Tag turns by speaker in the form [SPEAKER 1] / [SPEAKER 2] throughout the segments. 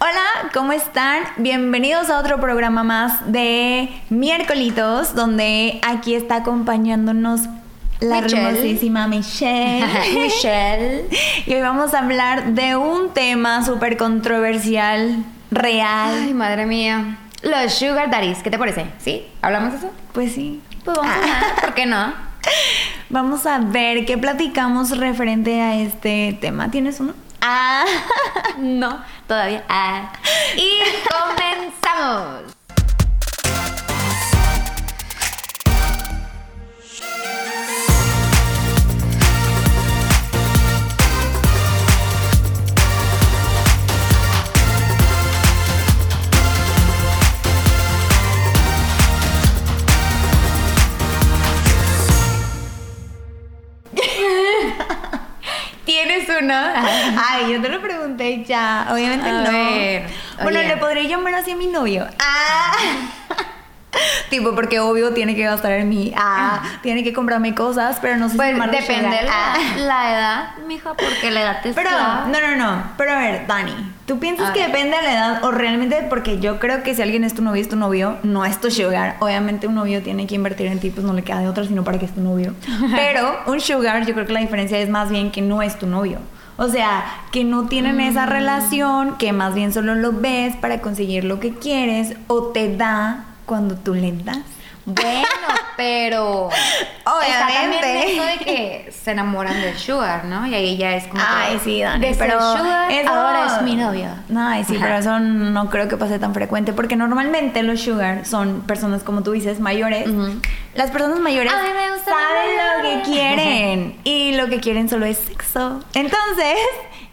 [SPEAKER 1] Hola, ¿cómo están? Bienvenidos a otro programa más de miércolitos, donde aquí está acompañándonos la
[SPEAKER 2] Michelle.
[SPEAKER 1] hermosísima Michelle.
[SPEAKER 2] Michelle.
[SPEAKER 1] Y hoy vamos a hablar de un tema súper controversial, real.
[SPEAKER 2] Ay, madre mía. Los sugar daddies, ¿qué te parece? ¿Sí? ¿Hablamos de eso?
[SPEAKER 1] Pues sí,
[SPEAKER 2] Pues vamos a hablar, ¿por qué no?
[SPEAKER 1] vamos a ver qué platicamos referente a este tema. ¿Tienes uno?
[SPEAKER 2] Ah, no, todavía. Ah. Y comenzamos. ¿Tienes uno? Ajá.
[SPEAKER 1] Ay, yo te lo pregunté ya. Obviamente
[SPEAKER 2] A
[SPEAKER 1] no.
[SPEAKER 2] ver,
[SPEAKER 1] bueno,
[SPEAKER 2] oye.
[SPEAKER 1] le podré llamar así a mi novio. Ah. tipo, porque obvio tiene que gastar en mí. Ah. Tiene que comprarme cosas, pero no sé
[SPEAKER 2] Pues
[SPEAKER 1] llamarlo
[SPEAKER 2] depende
[SPEAKER 1] sugar.
[SPEAKER 2] la,
[SPEAKER 1] Ah.
[SPEAKER 2] la edad, mija, porque la edad te
[SPEAKER 1] Pero,
[SPEAKER 2] esclava.
[SPEAKER 1] no, no, no. Pero a ver, Dani, ¿tú piensas
[SPEAKER 2] A
[SPEAKER 1] que
[SPEAKER 2] ver.
[SPEAKER 1] depende de la edad o realmente porque yo creo que si alguien es tu novio, es tu novio, no es tu sugar? Obviamente un novio tiene que invertir en ti, pues no le queda de otra sino para que es tu novio. Pero un sugar, yo creo que la diferencia es más bien que no es tu novio. O sea, que no tienen esa
[SPEAKER 2] Mm.
[SPEAKER 1] relación, que más bien solo lo ves para conseguir lo que quieres o te da cuando tú le das.
[SPEAKER 2] Bueno, pero. Está también
[SPEAKER 1] Obviamente.
[SPEAKER 2] eso de que se enamoran del sugar, ¿no? Y ahí ya es como. que
[SPEAKER 1] Ay, sí, Dani,
[SPEAKER 2] de ser
[SPEAKER 1] pero
[SPEAKER 2] sugar,
[SPEAKER 1] eso-
[SPEAKER 2] ahora es mi novio.
[SPEAKER 1] Ay, sí,
[SPEAKER 2] Ajá.
[SPEAKER 1] pero eso no creo que pase tan frecuente porque normalmente los sugar son personas como tú dices mayores.
[SPEAKER 2] Ujú.
[SPEAKER 1] Las personas mayores
[SPEAKER 2] Ay, me gusta
[SPEAKER 1] saben lo
[SPEAKER 2] bailar.
[SPEAKER 1] que quieren y lo que quieren solo es sexo. Entonces,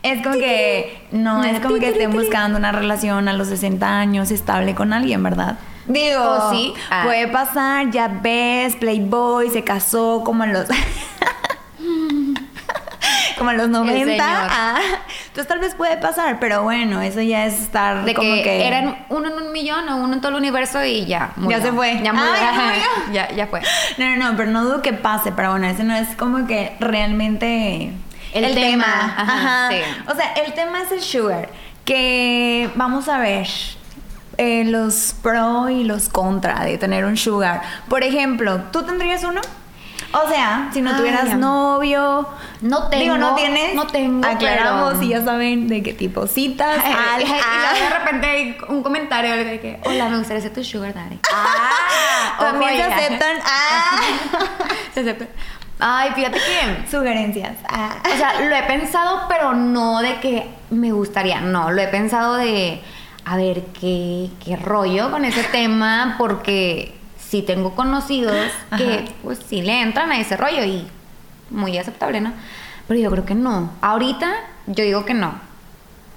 [SPEAKER 1] es como que no es como que estén buscando una relación a los 60 años estable con alguien, ¿verdad? Digo,
[SPEAKER 2] Oh, sí. Ah.
[SPEAKER 1] puede pasar, ya ves, Playboy se casó como en los como a los 90.
[SPEAKER 2] señor.
[SPEAKER 1] Ah, entonces tal vez puede pasar, pero bueno, eso ya es estar
[SPEAKER 2] De
[SPEAKER 1] como
[SPEAKER 2] que,
[SPEAKER 1] que,
[SPEAKER 2] eran uno en un millón o uno en todo el universo y ya. murió.
[SPEAKER 1] Ya se fue.
[SPEAKER 2] Ya murió.
[SPEAKER 1] Ah, ya murió.
[SPEAKER 2] ya, ya fue.
[SPEAKER 1] No, no, no, pero no dudo que pase, pero bueno, eso no es como que realmente
[SPEAKER 2] El tema. Ajá,
[SPEAKER 1] Ajá.
[SPEAKER 2] sí.
[SPEAKER 1] O sea, el tema es el sugar, que vamos a ver eh, los pro y los contra de tener un sugar. Por ejemplo, ¿tú tendrías uno? O sea, si no
[SPEAKER 2] Ay,
[SPEAKER 1] tuvieras
[SPEAKER 2] am-
[SPEAKER 1] novio,
[SPEAKER 2] No
[SPEAKER 1] Digo, no
[SPEAKER 2] tengo,
[SPEAKER 1] tienes.
[SPEAKER 2] no tengo,
[SPEAKER 1] Aclaramos
[SPEAKER 2] pero-
[SPEAKER 1] y ya saben de qué tipo citas.
[SPEAKER 2] Ay,
[SPEAKER 1] al-
[SPEAKER 2] y
[SPEAKER 1] ah.
[SPEAKER 2] luego de repente hay un comentario de que, hola, me gustaría ser tu sugar daddy.
[SPEAKER 1] Ah,
[SPEAKER 2] Ojo,
[SPEAKER 1] también se
[SPEAKER 2] hija.
[SPEAKER 1] aceptan ah,
[SPEAKER 2] Se acepta. Ay, fíjate que.
[SPEAKER 1] sugerencias. Ah.
[SPEAKER 2] O sea, lo he pensado, pero no de que me gustaría. No, lo he pensado de a ver qué, qué rollo con ese tema, porque sí tengo conocidos que
[SPEAKER 1] Ajá.
[SPEAKER 2] pues sí le entran a ese rollo y muy aceptable, ¿no? Pero yo creo que no. Ahorita yo digo que no.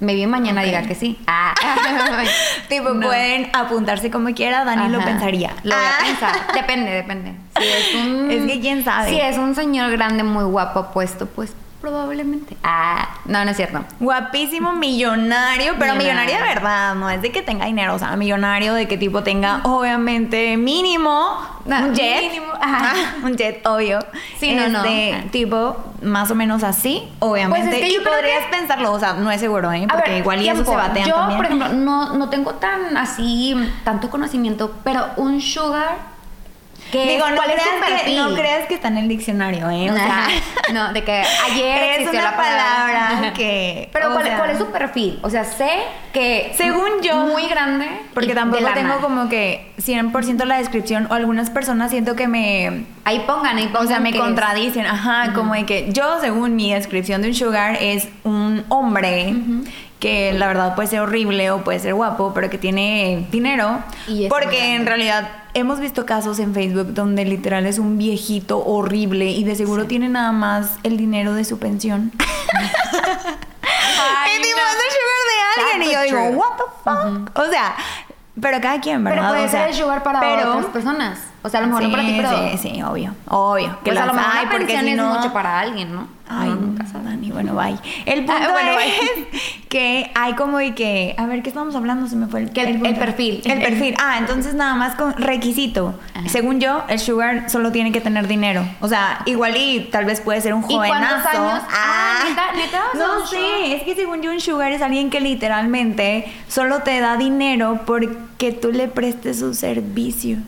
[SPEAKER 2] Me vi mañana diga que sí. Ah.
[SPEAKER 1] Tipo,
[SPEAKER 2] No.
[SPEAKER 1] pueden apuntarse como quiera, Dani lo
[SPEAKER 2] Ajá.
[SPEAKER 1] pensaría.
[SPEAKER 2] Lo voy
[SPEAKER 1] Ah.
[SPEAKER 2] a pensar. Depende, depende. Si es un.
[SPEAKER 1] Es que quién sabe.
[SPEAKER 2] Si es un señor grande, muy guapo, puesto, pues probablemente. Ah, no, no es cierto.
[SPEAKER 1] Guapísimo, millonario, pero millonario.
[SPEAKER 2] Millonario.
[SPEAKER 1] de verdad, no es de que tenga dinero, o sea, millonario de que tipo tenga, obviamente, mínimo,
[SPEAKER 2] Ah,
[SPEAKER 1] un jet,
[SPEAKER 2] mínimo, ajá.
[SPEAKER 1] Ah, un jet, obvio.
[SPEAKER 2] Sí, no, no.
[SPEAKER 1] Este,
[SPEAKER 2] Ah.
[SPEAKER 1] Tipo, más o menos así, obviamente.
[SPEAKER 2] que yo
[SPEAKER 1] y
[SPEAKER 2] creo
[SPEAKER 1] podrías
[SPEAKER 2] que-
[SPEAKER 1] pensarlo, o sea, no es seguro, ¿eh?
[SPEAKER 2] A
[SPEAKER 1] Porque
[SPEAKER 2] ver,
[SPEAKER 1] igual y eso se
[SPEAKER 2] tiempo.
[SPEAKER 1] batean
[SPEAKER 2] Yo,
[SPEAKER 1] también.
[SPEAKER 2] por ejemplo, no, no tengo tan así, tanto conocimiento, pero un sugar. Que
[SPEAKER 1] Digo, no
[SPEAKER 2] ¿cuál es su
[SPEAKER 1] creas, que,
[SPEAKER 2] perfil?
[SPEAKER 1] no creas que está en el diccionario, ¿eh? O sea,
[SPEAKER 2] no, de que ayer
[SPEAKER 1] Es
[SPEAKER 2] existió
[SPEAKER 1] una
[SPEAKER 2] la palabra.
[SPEAKER 1] palabra que,
[SPEAKER 2] Pero
[SPEAKER 1] o
[SPEAKER 2] ¿cuál,
[SPEAKER 1] sea-
[SPEAKER 2] cuál es su perfil? O sea, sé que
[SPEAKER 1] Según yo-
[SPEAKER 2] muy grande, y
[SPEAKER 1] porque
[SPEAKER 2] de
[SPEAKER 1] tampoco
[SPEAKER 2] lana.
[SPEAKER 1] tengo como que 100% la descripción o algunas personas siento que me...
[SPEAKER 2] ahí pongan, ahí pongan
[SPEAKER 1] O sea, me
[SPEAKER 2] que es-
[SPEAKER 1] contradicen, ajá, como de que yo según mi descripción de un sugar es un hombre que la verdad puede ser horrible o puede ser guapo, pero que tiene dinero,
[SPEAKER 2] Y es muy
[SPEAKER 1] porque
[SPEAKER 2] grande.
[SPEAKER 1] en realidad hemos visto casos en Facebook donde literal es un viejito horrible y de seguro tiene nada más el dinero de su pensión.
[SPEAKER 2] Ay,
[SPEAKER 1] Y tipo,
[SPEAKER 2] no.
[SPEAKER 1] es el sugar de alguien. Y yo
[SPEAKER 2] That's
[SPEAKER 1] digo,
[SPEAKER 2] true.
[SPEAKER 1] what the fuck? O sea, pero cada quien, ¿verdad?
[SPEAKER 2] Pero puede
[SPEAKER 1] o sea,
[SPEAKER 2] ser el sugar para
[SPEAKER 1] pero,
[SPEAKER 2] otras personas. O sea, a lo mejor
[SPEAKER 1] sí,
[SPEAKER 2] no para ti, pero.
[SPEAKER 1] Sí, sí, obvio. Obvio.
[SPEAKER 2] pues a lo mejor
[SPEAKER 1] hay,
[SPEAKER 2] la pensión es mucho para alguien, ¿no?
[SPEAKER 1] Ay,
[SPEAKER 2] No,
[SPEAKER 1] nunca
[SPEAKER 2] nunca
[SPEAKER 1] no,
[SPEAKER 2] sabes.
[SPEAKER 1] Dani, bueno, bye. El punto
[SPEAKER 2] Ah, bueno,
[SPEAKER 1] es que hay como y que, a ver, ¿qué estamos hablando? Se me fue el,
[SPEAKER 2] Que el-
[SPEAKER 1] punto.
[SPEAKER 2] el perfil.
[SPEAKER 1] El perfil. Ah, entonces nada más con requisito.
[SPEAKER 2] Ajá.
[SPEAKER 1] Según yo, el sugar solo tiene que tener dinero. O sea, igual y tal vez puede ser un
[SPEAKER 2] ¿Y cuántos
[SPEAKER 1] jovenazo.
[SPEAKER 2] años? Ah, ¿neta- neta vas a
[SPEAKER 1] no
[SPEAKER 2] un
[SPEAKER 1] sé,
[SPEAKER 2] sugar?
[SPEAKER 1] es que según yo un sugar es alguien que literalmente solo te da dinero porque tú le prestes sus servicios.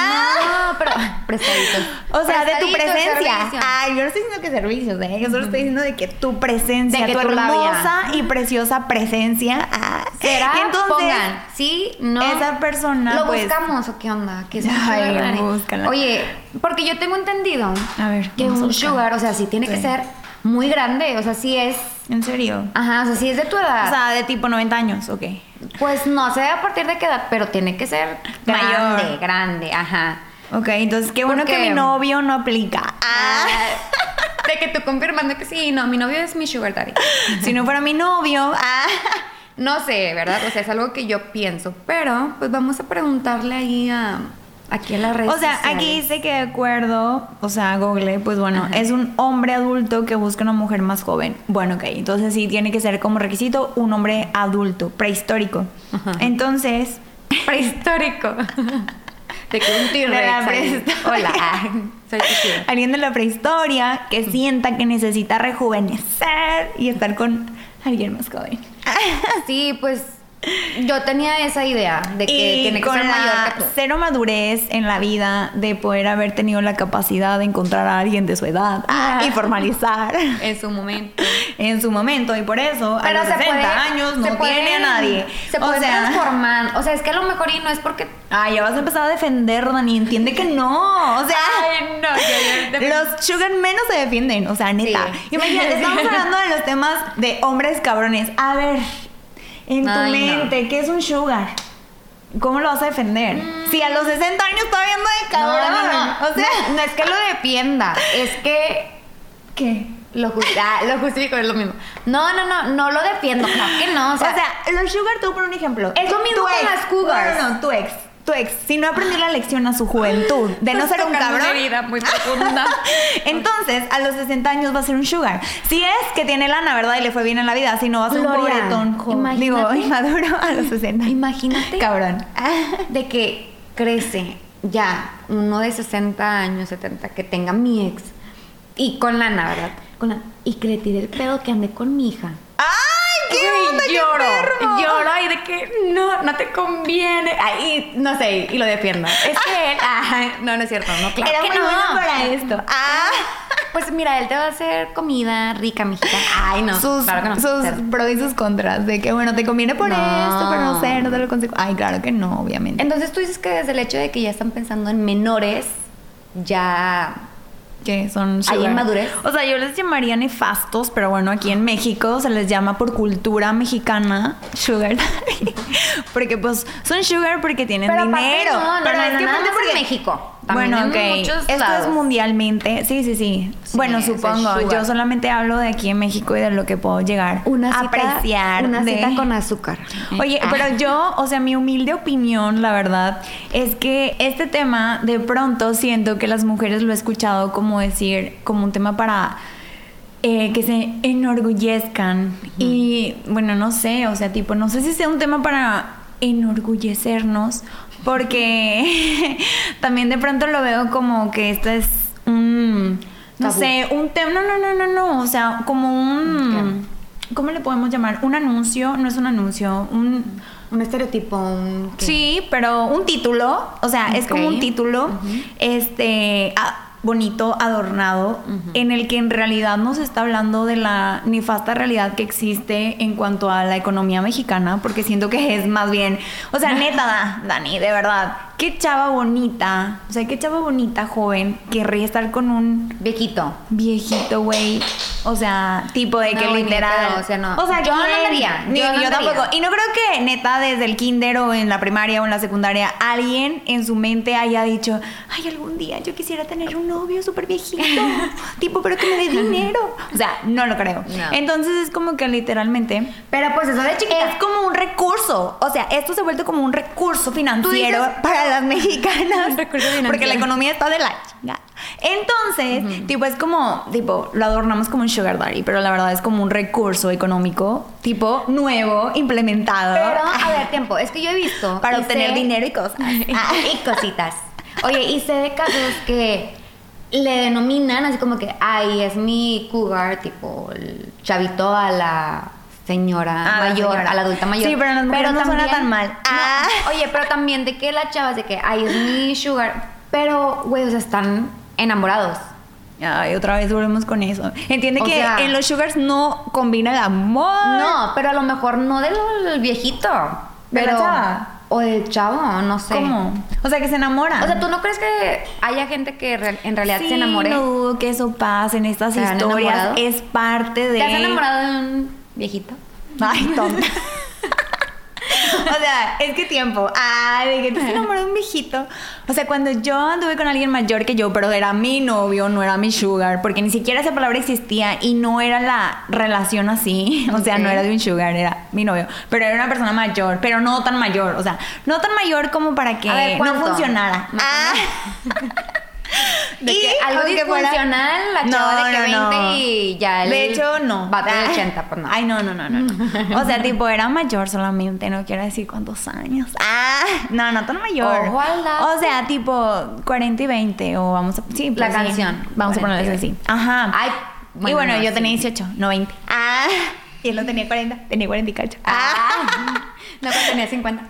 [SPEAKER 2] Ah. No, pero. Prestadito.
[SPEAKER 1] Ah. O sea, de tu
[SPEAKER 2] Prestadito,
[SPEAKER 1] presencia. Ah,
[SPEAKER 2] servicio.
[SPEAKER 1] Ay, yo no estoy diciendo que servicios, ¿eh? Yo solo estoy diciendo de que tu presencia,
[SPEAKER 2] De que
[SPEAKER 1] tu,
[SPEAKER 2] tu labia.
[SPEAKER 1] hermosa y preciosa presencia. ah.
[SPEAKER 2] Será,
[SPEAKER 1] Entonces,
[SPEAKER 2] pongan, sí, no.
[SPEAKER 1] esa persona,
[SPEAKER 2] ¿Lo
[SPEAKER 1] pues-
[SPEAKER 2] buscamos o qué onda? ¿Qué es un
[SPEAKER 1] Ay,
[SPEAKER 2] sugar daddy?
[SPEAKER 1] búscala.
[SPEAKER 2] Oye, porque yo tengo entendido
[SPEAKER 1] A ver,
[SPEAKER 2] que
[SPEAKER 1] vamos a
[SPEAKER 2] un
[SPEAKER 1] buscar.
[SPEAKER 2] sugar, o sea, sí tiene que
[SPEAKER 1] Sí.
[SPEAKER 2] ser muy grande, o sea, sí es,
[SPEAKER 1] ¿En serio?
[SPEAKER 2] ajá, o sea, sí es de tu edad.
[SPEAKER 1] O sea, de tipo 90 años, ok.
[SPEAKER 2] pues no sé a partir de qué edad, pero tiene que ser
[SPEAKER 1] Mayor.
[SPEAKER 2] grande, grande, ajá.
[SPEAKER 1] Ok, entonces qué bueno que
[SPEAKER 2] Porque-
[SPEAKER 1] mi novio no aplica. Ah.
[SPEAKER 2] De que tú confirmando que sí, no, mi novio es mi sugar daddy.
[SPEAKER 1] Si no fuera mi novio, ah.
[SPEAKER 2] No sé, ¿verdad? O sea, es algo que yo pienso, pero pues vamos a preguntarle ahí a aquí en las redes
[SPEAKER 1] O sea, aquí
[SPEAKER 2] sociales.
[SPEAKER 1] dice que de acuerdo, o sea, Google, pues bueno, es un hombre adulto que busca una mujer más joven. Bueno, ok, entonces sí tiene que ser como requisito un hombre adulto, prehistórico.
[SPEAKER 2] Ajá.
[SPEAKER 1] Entonces,
[SPEAKER 2] prehistórico. De que un
[SPEAKER 1] De la
[SPEAKER 2] T-Rex. ahí.
[SPEAKER 1] prehistoria.
[SPEAKER 2] Hola, ah, soy Kishida.
[SPEAKER 1] alguien de la prehistoria que sienta que necesita rejuvenecer y estar con alguien más joven.
[SPEAKER 2] Sí, pues yo tenía esa idea de que
[SPEAKER 1] y
[SPEAKER 2] tiene que
[SPEAKER 1] con
[SPEAKER 2] ser mayor
[SPEAKER 1] la
[SPEAKER 2] que tú.
[SPEAKER 1] cero madurez en la vida de poder haber tenido la capacidad de encontrar a alguien de su edad
[SPEAKER 2] Ah.
[SPEAKER 1] y formalizar.
[SPEAKER 2] En su momento.
[SPEAKER 1] en su momento y por eso a los 60 años
[SPEAKER 2] se
[SPEAKER 1] no tiene a
[SPEAKER 2] pueden-
[SPEAKER 1] nadie.
[SPEAKER 2] Se puede transformar. O sea, es que a lo mejor y no es porque.
[SPEAKER 1] Ay, ya vas a empezar a defender, Dani. Entiende que no. O sea,
[SPEAKER 2] Ay, no, yo- yo-
[SPEAKER 1] los sugar menos se defienden. O sea, neta.
[SPEAKER 2] Sí.
[SPEAKER 1] Imagínate, estamos hablando de los temas de hombres cabrones. A ver, en tu
[SPEAKER 2] Ay, no.
[SPEAKER 1] mente, ¿qué es un sugar? ¿Cómo lo vas a defender? Si a los 60 años todavía anda de cabrón.
[SPEAKER 2] Mm. No, no, no.
[SPEAKER 1] O sea,
[SPEAKER 2] no, no es que lo defienda, es que
[SPEAKER 1] ¿qué?
[SPEAKER 2] lo, ju- ah, lo justifico, es lo mismo. No, no, no, no lo defiendo, claro que no.
[SPEAKER 1] O sea, los sugar, tú por un ejemplo.
[SPEAKER 2] Es lo
[SPEAKER 1] tu-
[SPEAKER 2] mismo
[SPEAKER 1] tu
[SPEAKER 2] con
[SPEAKER 1] ex.
[SPEAKER 2] las cougars.
[SPEAKER 1] No, no, no, tu ex. Tu ex, si no aprendió la lección a su juventud de no
[SPEAKER 2] Estás
[SPEAKER 1] ser un
[SPEAKER 2] tocando
[SPEAKER 1] cabrón.
[SPEAKER 2] pues, una herida muy profunda.
[SPEAKER 1] Entonces, a los 60 años va a ser un sugar. Si es que tiene lana, ¿verdad? Y le fue bien en la vida. Si no, va a ser
[SPEAKER 2] Gloria,
[SPEAKER 1] un pobretón. joven.
[SPEAKER 2] imagínate.
[SPEAKER 1] Digo, inmaduro a los 60.
[SPEAKER 2] Imagínate.
[SPEAKER 1] Cabrón.
[SPEAKER 2] de que crece ya uno de 60 años, 70, que tenga mi ex. Y con lana, ¿verdad? Con lana. Y que le tire el pedo que ande con mi hija.
[SPEAKER 1] ¡Ay, qué
[SPEAKER 2] Güey,
[SPEAKER 1] onda, qué
[SPEAKER 2] lloro,
[SPEAKER 1] perro!
[SPEAKER 2] lloro y de que no, no te conviene. Ay, y no sé, y lo defiendo. Es que él, ajá, no, no es cierto, no, claro
[SPEAKER 1] Era
[SPEAKER 2] que
[SPEAKER 1] muy
[SPEAKER 2] no.
[SPEAKER 1] bueno para esto. Ah.
[SPEAKER 2] Pues mira, él te va a hacer comida rica, mijita. Ay, no,
[SPEAKER 1] sus,
[SPEAKER 2] claro que no.
[SPEAKER 1] sus
[SPEAKER 2] cero.
[SPEAKER 1] pros y sus contras. De que, bueno, te conviene por
[SPEAKER 2] No.
[SPEAKER 1] esto, pero no sé, no te lo consejo. Ay, claro que no, obviamente.
[SPEAKER 2] Entonces tú dices que desde el hecho de que ya están pensando en menores, ya
[SPEAKER 1] que son sugar.
[SPEAKER 2] inmadurez.
[SPEAKER 1] O sea, yo les llamaría nefastos, pero bueno, aquí en México se les llama por cultura mexicana sugar daddy. porque pues son sugar porque tienen
[SPEAKER 2] Pero aparte,
[SPEAKER 1] dinero.
[SPEAKER 2] no, no,
[SPEAKER 1] pero
[SPEAKER 2] no, no, nada
[SPEAKER 1] aparte
[SPEAKER 2] más en México. También
[SPEAKER 1] Bueno,
[SPEAKER 2] en
[SPEAKER 1] ok.
[SPEAKER 2] muchos
[SPEAKER 1] Esto
[SPEAKER 2] lados.
[SPEAKER 1] es mundialmente. Sí, sí, sí.
[SPEAKER 2] Sí,
[SPEAKER 1] bueno,
[SPEAKER 2] es el
[SPEAKER 1] supongo.
[SPEAKER 2] sugar.
[SPEAKER 1] Yo solamente hablo de aquí en México y de lo que puedo llegar a apreciar.
[SPEAKER 2] una
[SPEAKER 1] de-
[SPEAKER 2] cita con azúcar.
[SPEAKER 1] Oye,
[SPEAKER 2] Ah.
[SPEAKER 1] pero yo, o sea, mi humilde opinión, la verdad, es que este tema de pronto siento que las mujeres lo he escuchado como decir, como un tema para eh, que se enorgullezcan. Y bueno, no sé, o sea, tipo, no sé si sea un tema para enorgullecernos, porque también de pronto lo veo como que esto es un, no
[SPEAKER 2] Tabú.
[SPEAKER 1] sé, un tema, no, no, no, no, no, o sea, como un...
[SPEAKER 2] Ok.
[SPEAKER 1] Mm. ¿Cómo le podemos llamar? Un anuncio, no es un anuncio, un...
[SPEAKER 2] un estereotipo, un ¿qué?
[SPEAKER 1] Sí, pero un título, o sea, es como
[SPEAKER 2] Ok.
[SPEAKER 1] un título, este, a- bonito, adornado, en el que en realidad nos está hablando de la nefasta realidad que existe en cuanto a la economía mexicana, porque siento que es más bien, o sea, neta, Da- Dani, de verdad, qué chava bonita, o sea, qué chava bonita, joven, querría estar con un
[SPEAKER 2] viejito.
[SPEAKER 1] viejito, güey. O sea, tipo de que
[SPEAKER 2] No, ni de
[SPEAKER 1] literal.
[SPEAKER 2] pedo, o sea, no. Yo no
[SPEAKER 1] ¿quién?
[SPEAKER 2] andaría,
[SPEAKER 1] Ni-
[SPEAKER 2] yo no
[SPEAKER 1] yo
[SPEAKER 2] andaría.
[SPEAKER 1] tampoco. Y no creo que, neta, desde el kinder o en la primaria o en la secundaria, alguien en su mente haya dicho, ay, algún día yo quisiera tener un novio súper viejito. tipo, pero que me dé dinero. O sea, no lo creo.
[SPEAKER 2] No.
[SPEAKER 1] Entonces es como que literalmente.
[SPEAKER 2] Pero pues eso de chiquita.
[SPEAKER 1] Es como un recurso recurso. O sea, esto se ha vuelto como un recurso financiero
[SPEAKER 2] dices-
[SPEAKER 1] para las mexicanas.
[SPEAKER 2] Un recurso
[SPEAKER 1] Porque
[SPEAKER 2] financiero.
[SPEAKER 1] la economía está de la chingada. Entonces, tipo, es como, tipo, lo adornamos como un sugar daddy, pero la verdad es como un recurso económico, tipo, nuevo, implementado.
[SPEAKER 2] Pero, a ver, tiempo. Es que yo he visto.
[SPEAKER 1] para
[SPEAKER 2] y
[SPEAKER 1] obtener
[SPEAKER 2] sé-
[SPEAKER 1] dinero y cosas.
[SPEAKER 2] Ah, y cositas. Oye, y sé de casos que le denominan así como que, ay, es mi cougar, tipo el chavito a la señora
[SPEAKER 1] A la
[SPEAKER 2] mayor,
[SPEAKER 1] señora.
[SPEAKER 2] a la adulta mayor.
[SPEAKER 1] Sí, pero en las mujeres no suena tan mal.
[SPEAKER 2] no,
[SPEAKER 1] Ah.
[SPEAKER 2] Oye, pero también de que la chava es de que, ay, es mi sugar. Pero, güey, o sea, están enamorados.
[SPEAKER 1] Ay, otra vez volvemos con eso. Entiende
[SPEAKER 2] O
[SPEAKER 1] que
[SPEAKER 2] sea-
[SPEAKER 1] en los sugars no combina el amor.
[SPEAKER 2] No, pero a lo mejor no del viejito.
[SPEAKER 1] ¿De la
[SPEAKER 2] Pero,
[SPEAKER 1] chava?
[SPEAKER 2] o del chavo, no sé.
[SPEAKER 1] ¿Cómo? O sea, que se enamoran.
[SPEAKER 2] O sea, ¿tú no crees que haya gente que real- en realidad
[SPEAKER 1] Sí,
[SPEAKER 2] se enamore?
[SPEAKER 1] No dudo que eso pase en estas
[SPEAKER 2] ¿Se han
[SPEAKER 1] historias.
[SPEAKER 2] enamorado?
[SPEAKER 1] Es parte de.
[SPEAKER 2] ¿Te has enamorado de un viejito?
[SPEAKER 1] Ay, tonta. O sea, es que tiempo. Ay, de que te has enamorado de un viejito. O sea, cuando yo anduve con alguien mayor que yo, pero era mi novio, no era mi sugar, porque ni siquiera esa palabra existía y no era la relación así. O sea, no
[SPEAKER 2] Ok.
[SPEAKER 1] era de un sugar, era mi novio. Pero era una persona mayor, pero no tan mayor. O sea, no tan mayor como para que
[SPEAKER 2] A ver,
[SPEAKER 1] no
[SPEAKER 2] ¿cuánto?
[SPEAKER 1] funcionara.
[SPEAKER 2] Más o
[SPEAKER 1] Ah.
[SPEAKER 2] De
[SPEAKER 1] Y
[SPEAKER 2] que algo
[SPEAKER 1] aunque fuera-
[SPEAKER 2] disfuncional, la chava de que 20 y ya el
[SPEAKER 1] De hecho, no. Ah.
[SPEAKER 2] vato de 80, pues no.
[SPEAKER 1] Ay, no, no, no, no. no. O sea, tipo, era mayor solamente, no quiero decir cuántos años. Ah, no, no tan mayor.
[SPEAKER 2] Ojo al dato.
[SPEAKER 1] O sea, tipo 40 y 20 o vamos a... Sí, pues,
[SPEAKER 2] La
[SPEAKER 1] sí.
[SPEAKER 2] canción,
[SPEAKER 1] Vamos a
[SPEAKER 2] 40 y
[SPEAKER 1] ponerles
[SPEAKER 2] 20.
[SPEAKER 1] así. Ajá.
[SPEAKER 2] Ay,
[SPEAKER 1] y
[SPEAKER 2] bueno,
[SPEAKER 1] bueno,
[SPEAKER 2] no,
[SPEAKER 1] yo
[SPEAKER 2] sí.
[SPEAKER 1] tenía 18, no 20. Ah. Y él no tenía 40, tenía 40 y cacho.
[SPEAKER 2] Ah, no, pues tenía 50.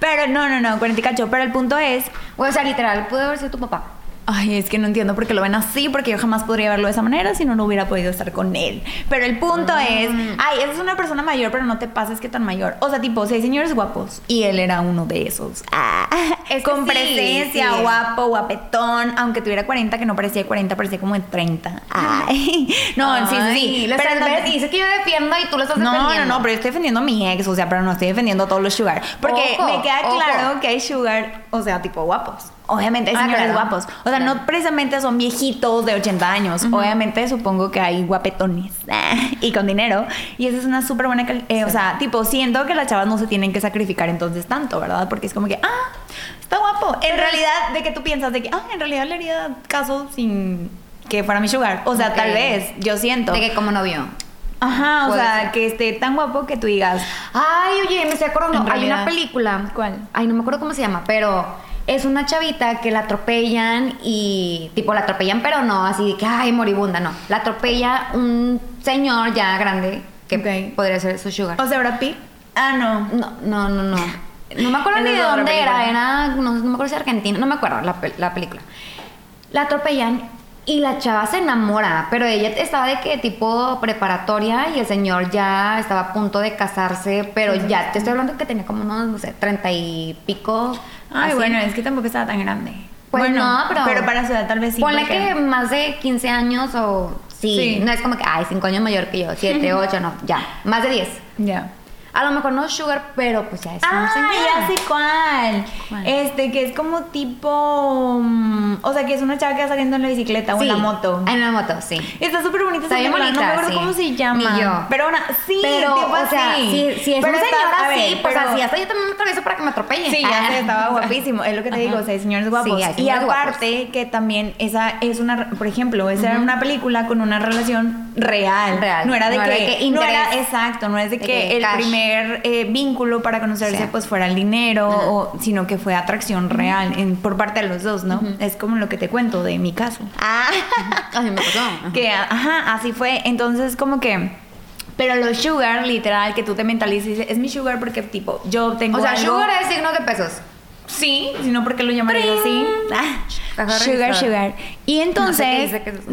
[SPEAKER 1] Pero no, no, no, 40 y cacho. Pero el punto es
[SPEAKER 2] O sea, literal, pudo haber sido tu papá.
[SPEAKER 1] Ay, es que no entiendo por qué lo ven así, porque yo jamás podría verlo de esa manera si no, no hubiera podido estar con él. Pero el punto
[SPEAKER 2] Ah.
[SPEAKER 1] es, ay, esa es una persona mayor, pero no te pases que tan mayor. O sea, tipo, si hay señores guapos y él era uno de esos. Ah,
[SPEAKER 2] Es que
[SPEAKER 1] con
[SPEAKER 2] sí,
[SPEAKER 1] presencia,
[SPEAKER 2] sí.
[SPEAKER 1] guapo, guapetón, aunque tuviera 40, que no parecía de 40, parecía como de 30. Ay, no, sí, sí, sí.
[SPEAKER 2] Lo
[SPEAKER 1] Pero
[SPEAKER 2] estás-
[SPEAKER 1] no-
[SPEAKER 2] ves, y dices que yo defiendo y tú lo estás
[SPEAKER 1] no, no,
[SPEAKER 2] defendiendo.
[SPEAKER 1] no, pero yo estoy defendiendo a mi ex, o sea, pero no estoy defendiendo a todos los sugar. Porque
[SPEAKER 2] Ojo,
[SPEAKER 1] me queda
[SPEAKER 2] ojo.
[SPEAKER 1] claro que hay sugar, o sea, tipo guapos. Obviamente hay
[SPEAKER 2] Ah,
[SPEAKER 1] señores
[SPEAKER 2] claro.
[SPEAKER 1] guapos. O sea,
[SPEAKER 2] Claro.
[SPEAKER 1] no precisamente son viejitos de 80 años. Obviamente supongo que hay guapetones y con dinero. Y esa es una súper buena... cal- eh, O
[SPEAKER 2] Sí.
[SPEAKER 1] sea, tipo, siento que las chavas no se tienen que sacrificar entonces tanto, ¿verdad? Porque es como que, ah, está guapo. En realidad, de que tú piensas de que, ah, en realidad le haría caso sin que fuera mi sugar. O sea,
[SPEAKER 2] Ok.
[SPEAKER 1] tal vez, yo siento.
[SPEAKER 2] De que como novio.
[SPEAKER 1] Ajá, o
[SPEAKER 2] Puede
[SPEAKER 1] sea,
[SPEAKER 2] ser.
[SPEAKER 1] que esté tan guapo que tú digas.
[SPEAKER 2] Ay, oye, me estoy acordando.
[SPEAKER 1] En
[SPEAKER 2] Hay
[SPEAKER 1] realidad.
[SPEAKER 2] una película.
[SPEAKER 1] ¿Cuál?
[SPEAKER 2] Ay, no me acuerdo cómo se llama, pero es una chavita que la atropellan y. Tipo, la atropellan, pero no así de que, ay, moribunda, no. La atropella un señor ya grande que
[SPEAKER 1] Ok.
[SPEAKER 2] podría ser su sugar.
[SPEAKER 1] O sea, Brad Pitt. Ah, no.
[SPEAKER 2] no, no, no, no. No me acuerdo
[SPEAKER 1] Esa
[SPEAKER 2] ni
[SPEAKER 1] es
[SPEAKER 2] de
[SPEAKER 1] otra
[SPEAKER 2] dónde era,
[SPEAKER 1] película.
[SPEAKER 2] era. No, no me acuerdo si era Argentina, no me acuerdo la, pel- la película. La atropellan y la chava se enamora, pero ella estaba de que tipo preparatoria y el señor ya estaba a punto de casarse, pero ya te estoy hablando que tenía como unos, no sé, treinta y pico.
[SPEAKER 1] Ay,
[SPEAKER 2] así.
[SPEAKER 1] bueno, es que tampoco estaba tan grande.
[SPEAKER 2] Pues
[SPEAKER 1] bueno,
[SPEAKER 2] no, pero.
[SPEAKER 1] para su edad tal vez sí.
[SPEAKER 2] Ponle
[SPEAKER 1] porque-
[SPEAKER 2] que más de 15 años o. Sí,
[SPEAKER 1] Sí.
[SPEAKER 2] No es como que, ay, 5 años mayor que yo, 7, 8, no, ya. Más de 10.
[SPEAKER 1] Ya.
[SPEAKER 2] A lo mejor no Sugar, pero pues ya es un
[SPEAKER 1] Ah,
[SPEAKER 2] señor.
[SPEAKER 1] ya sé cuál.
[SPEAKER 2] ¿Cuál?
[SPEAKER 1] Este, que es como tipo. mm, o sea, que es una chava que va saliendo en la bicicleta o en la
[SPEAKER 2] Sí,
[SPEAKER 1] moto.
[SPEAKER 2] En la moto, sí.
[SPEAKER 1] Está súper bonita esa
[SPEAKER 2] Está bien
[SPEAKER 1] película, no me
[SPEAKER 2] bonita,
[SPEAKER 1] acuerdo
[SPEAKER 2] sí.
[SPEAKER 1] cómo se llama.
[SPEAKER 2] Ni yo.
[SPEAKER 1] Pero una, sí,
[SPEAKER 2] pero,
[SPEAKER 1] tipo
[SPEAKER 2] o sea,
[SPEAKER 1] así.
[SPEAKER 2] si, si es
[SPEAKER 1] Pero
[SPEAKER 2] un
[SPEAKER 1] está-
[SPEAKER 2] señor
[SPEAKER 1] a
[SPEAKER 2] así,
[SPEAKER 1] ver,
[SPEAKER 2] pues
[SPEAKER 1] pero-
[SPEAKER 2] así, hasta yo también me atravieso para que me atropellen.
[SPEAKER 1] Sí, ya
[SPEAKER 2] Ah.
[SPEAKER 1] sé, estaba guapísimo. Es lo que te
[SPEAKER 2] Ajá.
[SPEAKER 1] digo, o sea, hay señores guapos.
[SPEAKER 2] Sí, hay
[SPEAKER 1] y
[SPEAKER 2] señores
[SPEAKER 1] aparte que también esa es una, por ejemplo, esa era una película con una relación real.
[SPEAKER 2] Real.
[SPEAKER 1] No era de
[SPEAKER 2] No
[SPEAKER 1] que,
[SPEAKER 2] era de que
[SPEAKER 1] no era
[SPEAKER 2] interés.
[SPEAKER 1] exacto, no es de
[SPEAKER 2] De
[SPEAKER 1] que,
[SPEAKER 2] que
[SPEAKER 1] el
[SPEAKER 2] cash.
[SPEAKER 1] primer eh, vínculo para conocerse
[SPEAKER 2] Sí.
[SPEAKER 1] pues fuera el dinero,
[SPEAKER 2] Ajá.
[SPEAKER 1] o, sino que fue atracción real en- por parte de los dos, ¿no? Es como lo que te cuento de mi caso.
[SPEAKER 2] Ah. Ay, me pasó.
[SPEAKER 1] Que, ajá, así fue. Entonces, como que. Pero los sugar, literal, que tú te mentalices, y dices, es mi sugar porque, tipo, yo tengo.
[SPEAKER 2] O sea,
[SPEAKER 1] algo-
[SPEAKER 2] Sugar es signo de pesos.
[SPEAKER 1] Sí, sino porque lo llamarías
[SPEAKER 2] ¡Pring!
[SPEAKER 1] así. Ah,
[SPEAKER 2] Caja
[SPEAKER 1] sugar,
[SPEAKER 2] registrada.
[SPEAKER 1] sugar. Y entonces,
[SPEAKER 2] dice que es eso.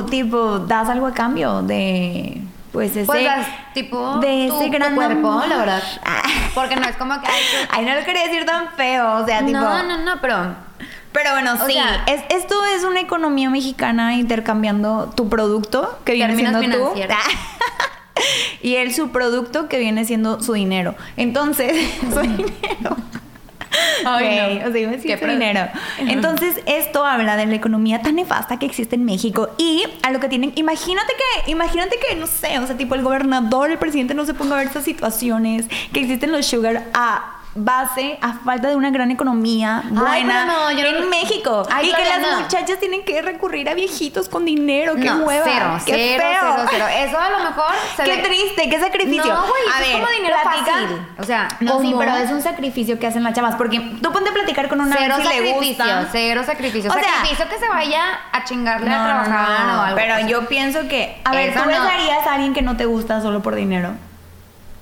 [SPEAKER 1] tú, tipo, das algo a cambio de, pues, ese...
[SPEAKER 2] Pues das, tipo,
[SPEAKER 1] de
[SPEAKER 2] tu-
[SPEAKER 1] ese
[SPEAKER 2] tu
[SPEAKER 1] gran
[SPEAKER 2] cuerpo,
[SPEAKER 1] amor.
[SPEAKER 2] la verdad.
[SPEAKER 1] Ah.
[SPEAKER 2] Porque no es como que. ay, tú-
[SPEAKER 1] Ay, no lo quería decir tan feo, o sea, tipo...
[SPEAKER 2] no, no, no, pero.
[SPEAKER 1] Pero bueno,
[SPEAKER 2] O
[SPEAKER 1] sí,
[SPEAKER 2] sea-
[SPEAKER 1] es- esto es una economía mexicana intercambiando tu producto, que viene
[SPEAKER 2] Términos
[SPEAKER 1] siendo tú,
[SPEAKER 2] financieros.
[SPEAKER 1] y él su producto, que viene siendo su dinero. Entonces, su dinero. Güey,
[SPEAKER 2] Ay, no.
[SPEAKER 1] O sea, yo me
[SPEAKER 2] Qué
[SPEAKER 1] siento
[SPEAKER 2] pro-
[SPEAKER 1] dinero. Entonces, esto habla de la economía tan nefasta que existe en México y a lo que tienen. Imagínate que, imagínate que, no sé, o sea, tipo el gobernador, el presidente no se ponga a ver estas situaciones que existen los sugar a base, a falta de una gran economía buena
[SPEAKER 2] Ay, pero no, yo no-
[SPEAKER 1] en México.
[SPEAKER 2] Ay,
[SPEAKER 1] y que
[SPEAKER 2] Gloria,
[SPEAKER 1] las
[SPEAKER 2] no.
[SPEAKER 1] muchachas tienen que recurrir a viejitos con dinero. "Oh, ¡Qué
[SPEAKER 2] no,
[SPEAKER 1] hueva!
[SPEAKER 2] cero,
[SPEAKER 1] ¡Qué
[SPEAKER 2] cero,
[SPEAKER 1] feo!
[SPEAKER 2] cero, cero. Eso a lo mejor se
[SPEAKER 1] ¡Qué
[SPEAKER 2] le-
[SPEAKER 1] triste! ¡Qué sacrificio!
[SPEAKER 2] No, güey,
[SPEAKER 1] a
[SPEAKER 2] eso es como dinero
[SPEAKER 1] platica-
[SPEAKER 2] fácil. O sea,
[SPEAKER 1] no, sí,
[SPEAKER 2] ¿cómo?
[SPEAKER 1] pero es un sacrificio que hacen las chavas. Porque tú ponte a platicar con una
[SPEAKER 2] cero
[SPEAKER 1] vez si le
[SPEAKER 2] sacrificio,
[SPEAKER 1] gusta.
[SPEAKER 2] cero sacrificio.
[SPEAKER 1] O sea-
[SPEAKER 2] sacrificio que se vaya a chingarle a
[SPEAKER 1] No, no,
[SPEAKER 2] trabajar
[SPEAKER 1] no,
[SPEAKER 2] o algo.
[SPEAKER 1] Pero yo pienso que. A ver,
[SPEAKER 2] Eso
[SPEAKER 1] ¿tú
[SPEAKER 2] no.
[SPEAKER 1] besarías a alguien que no te gusta solo por dinero?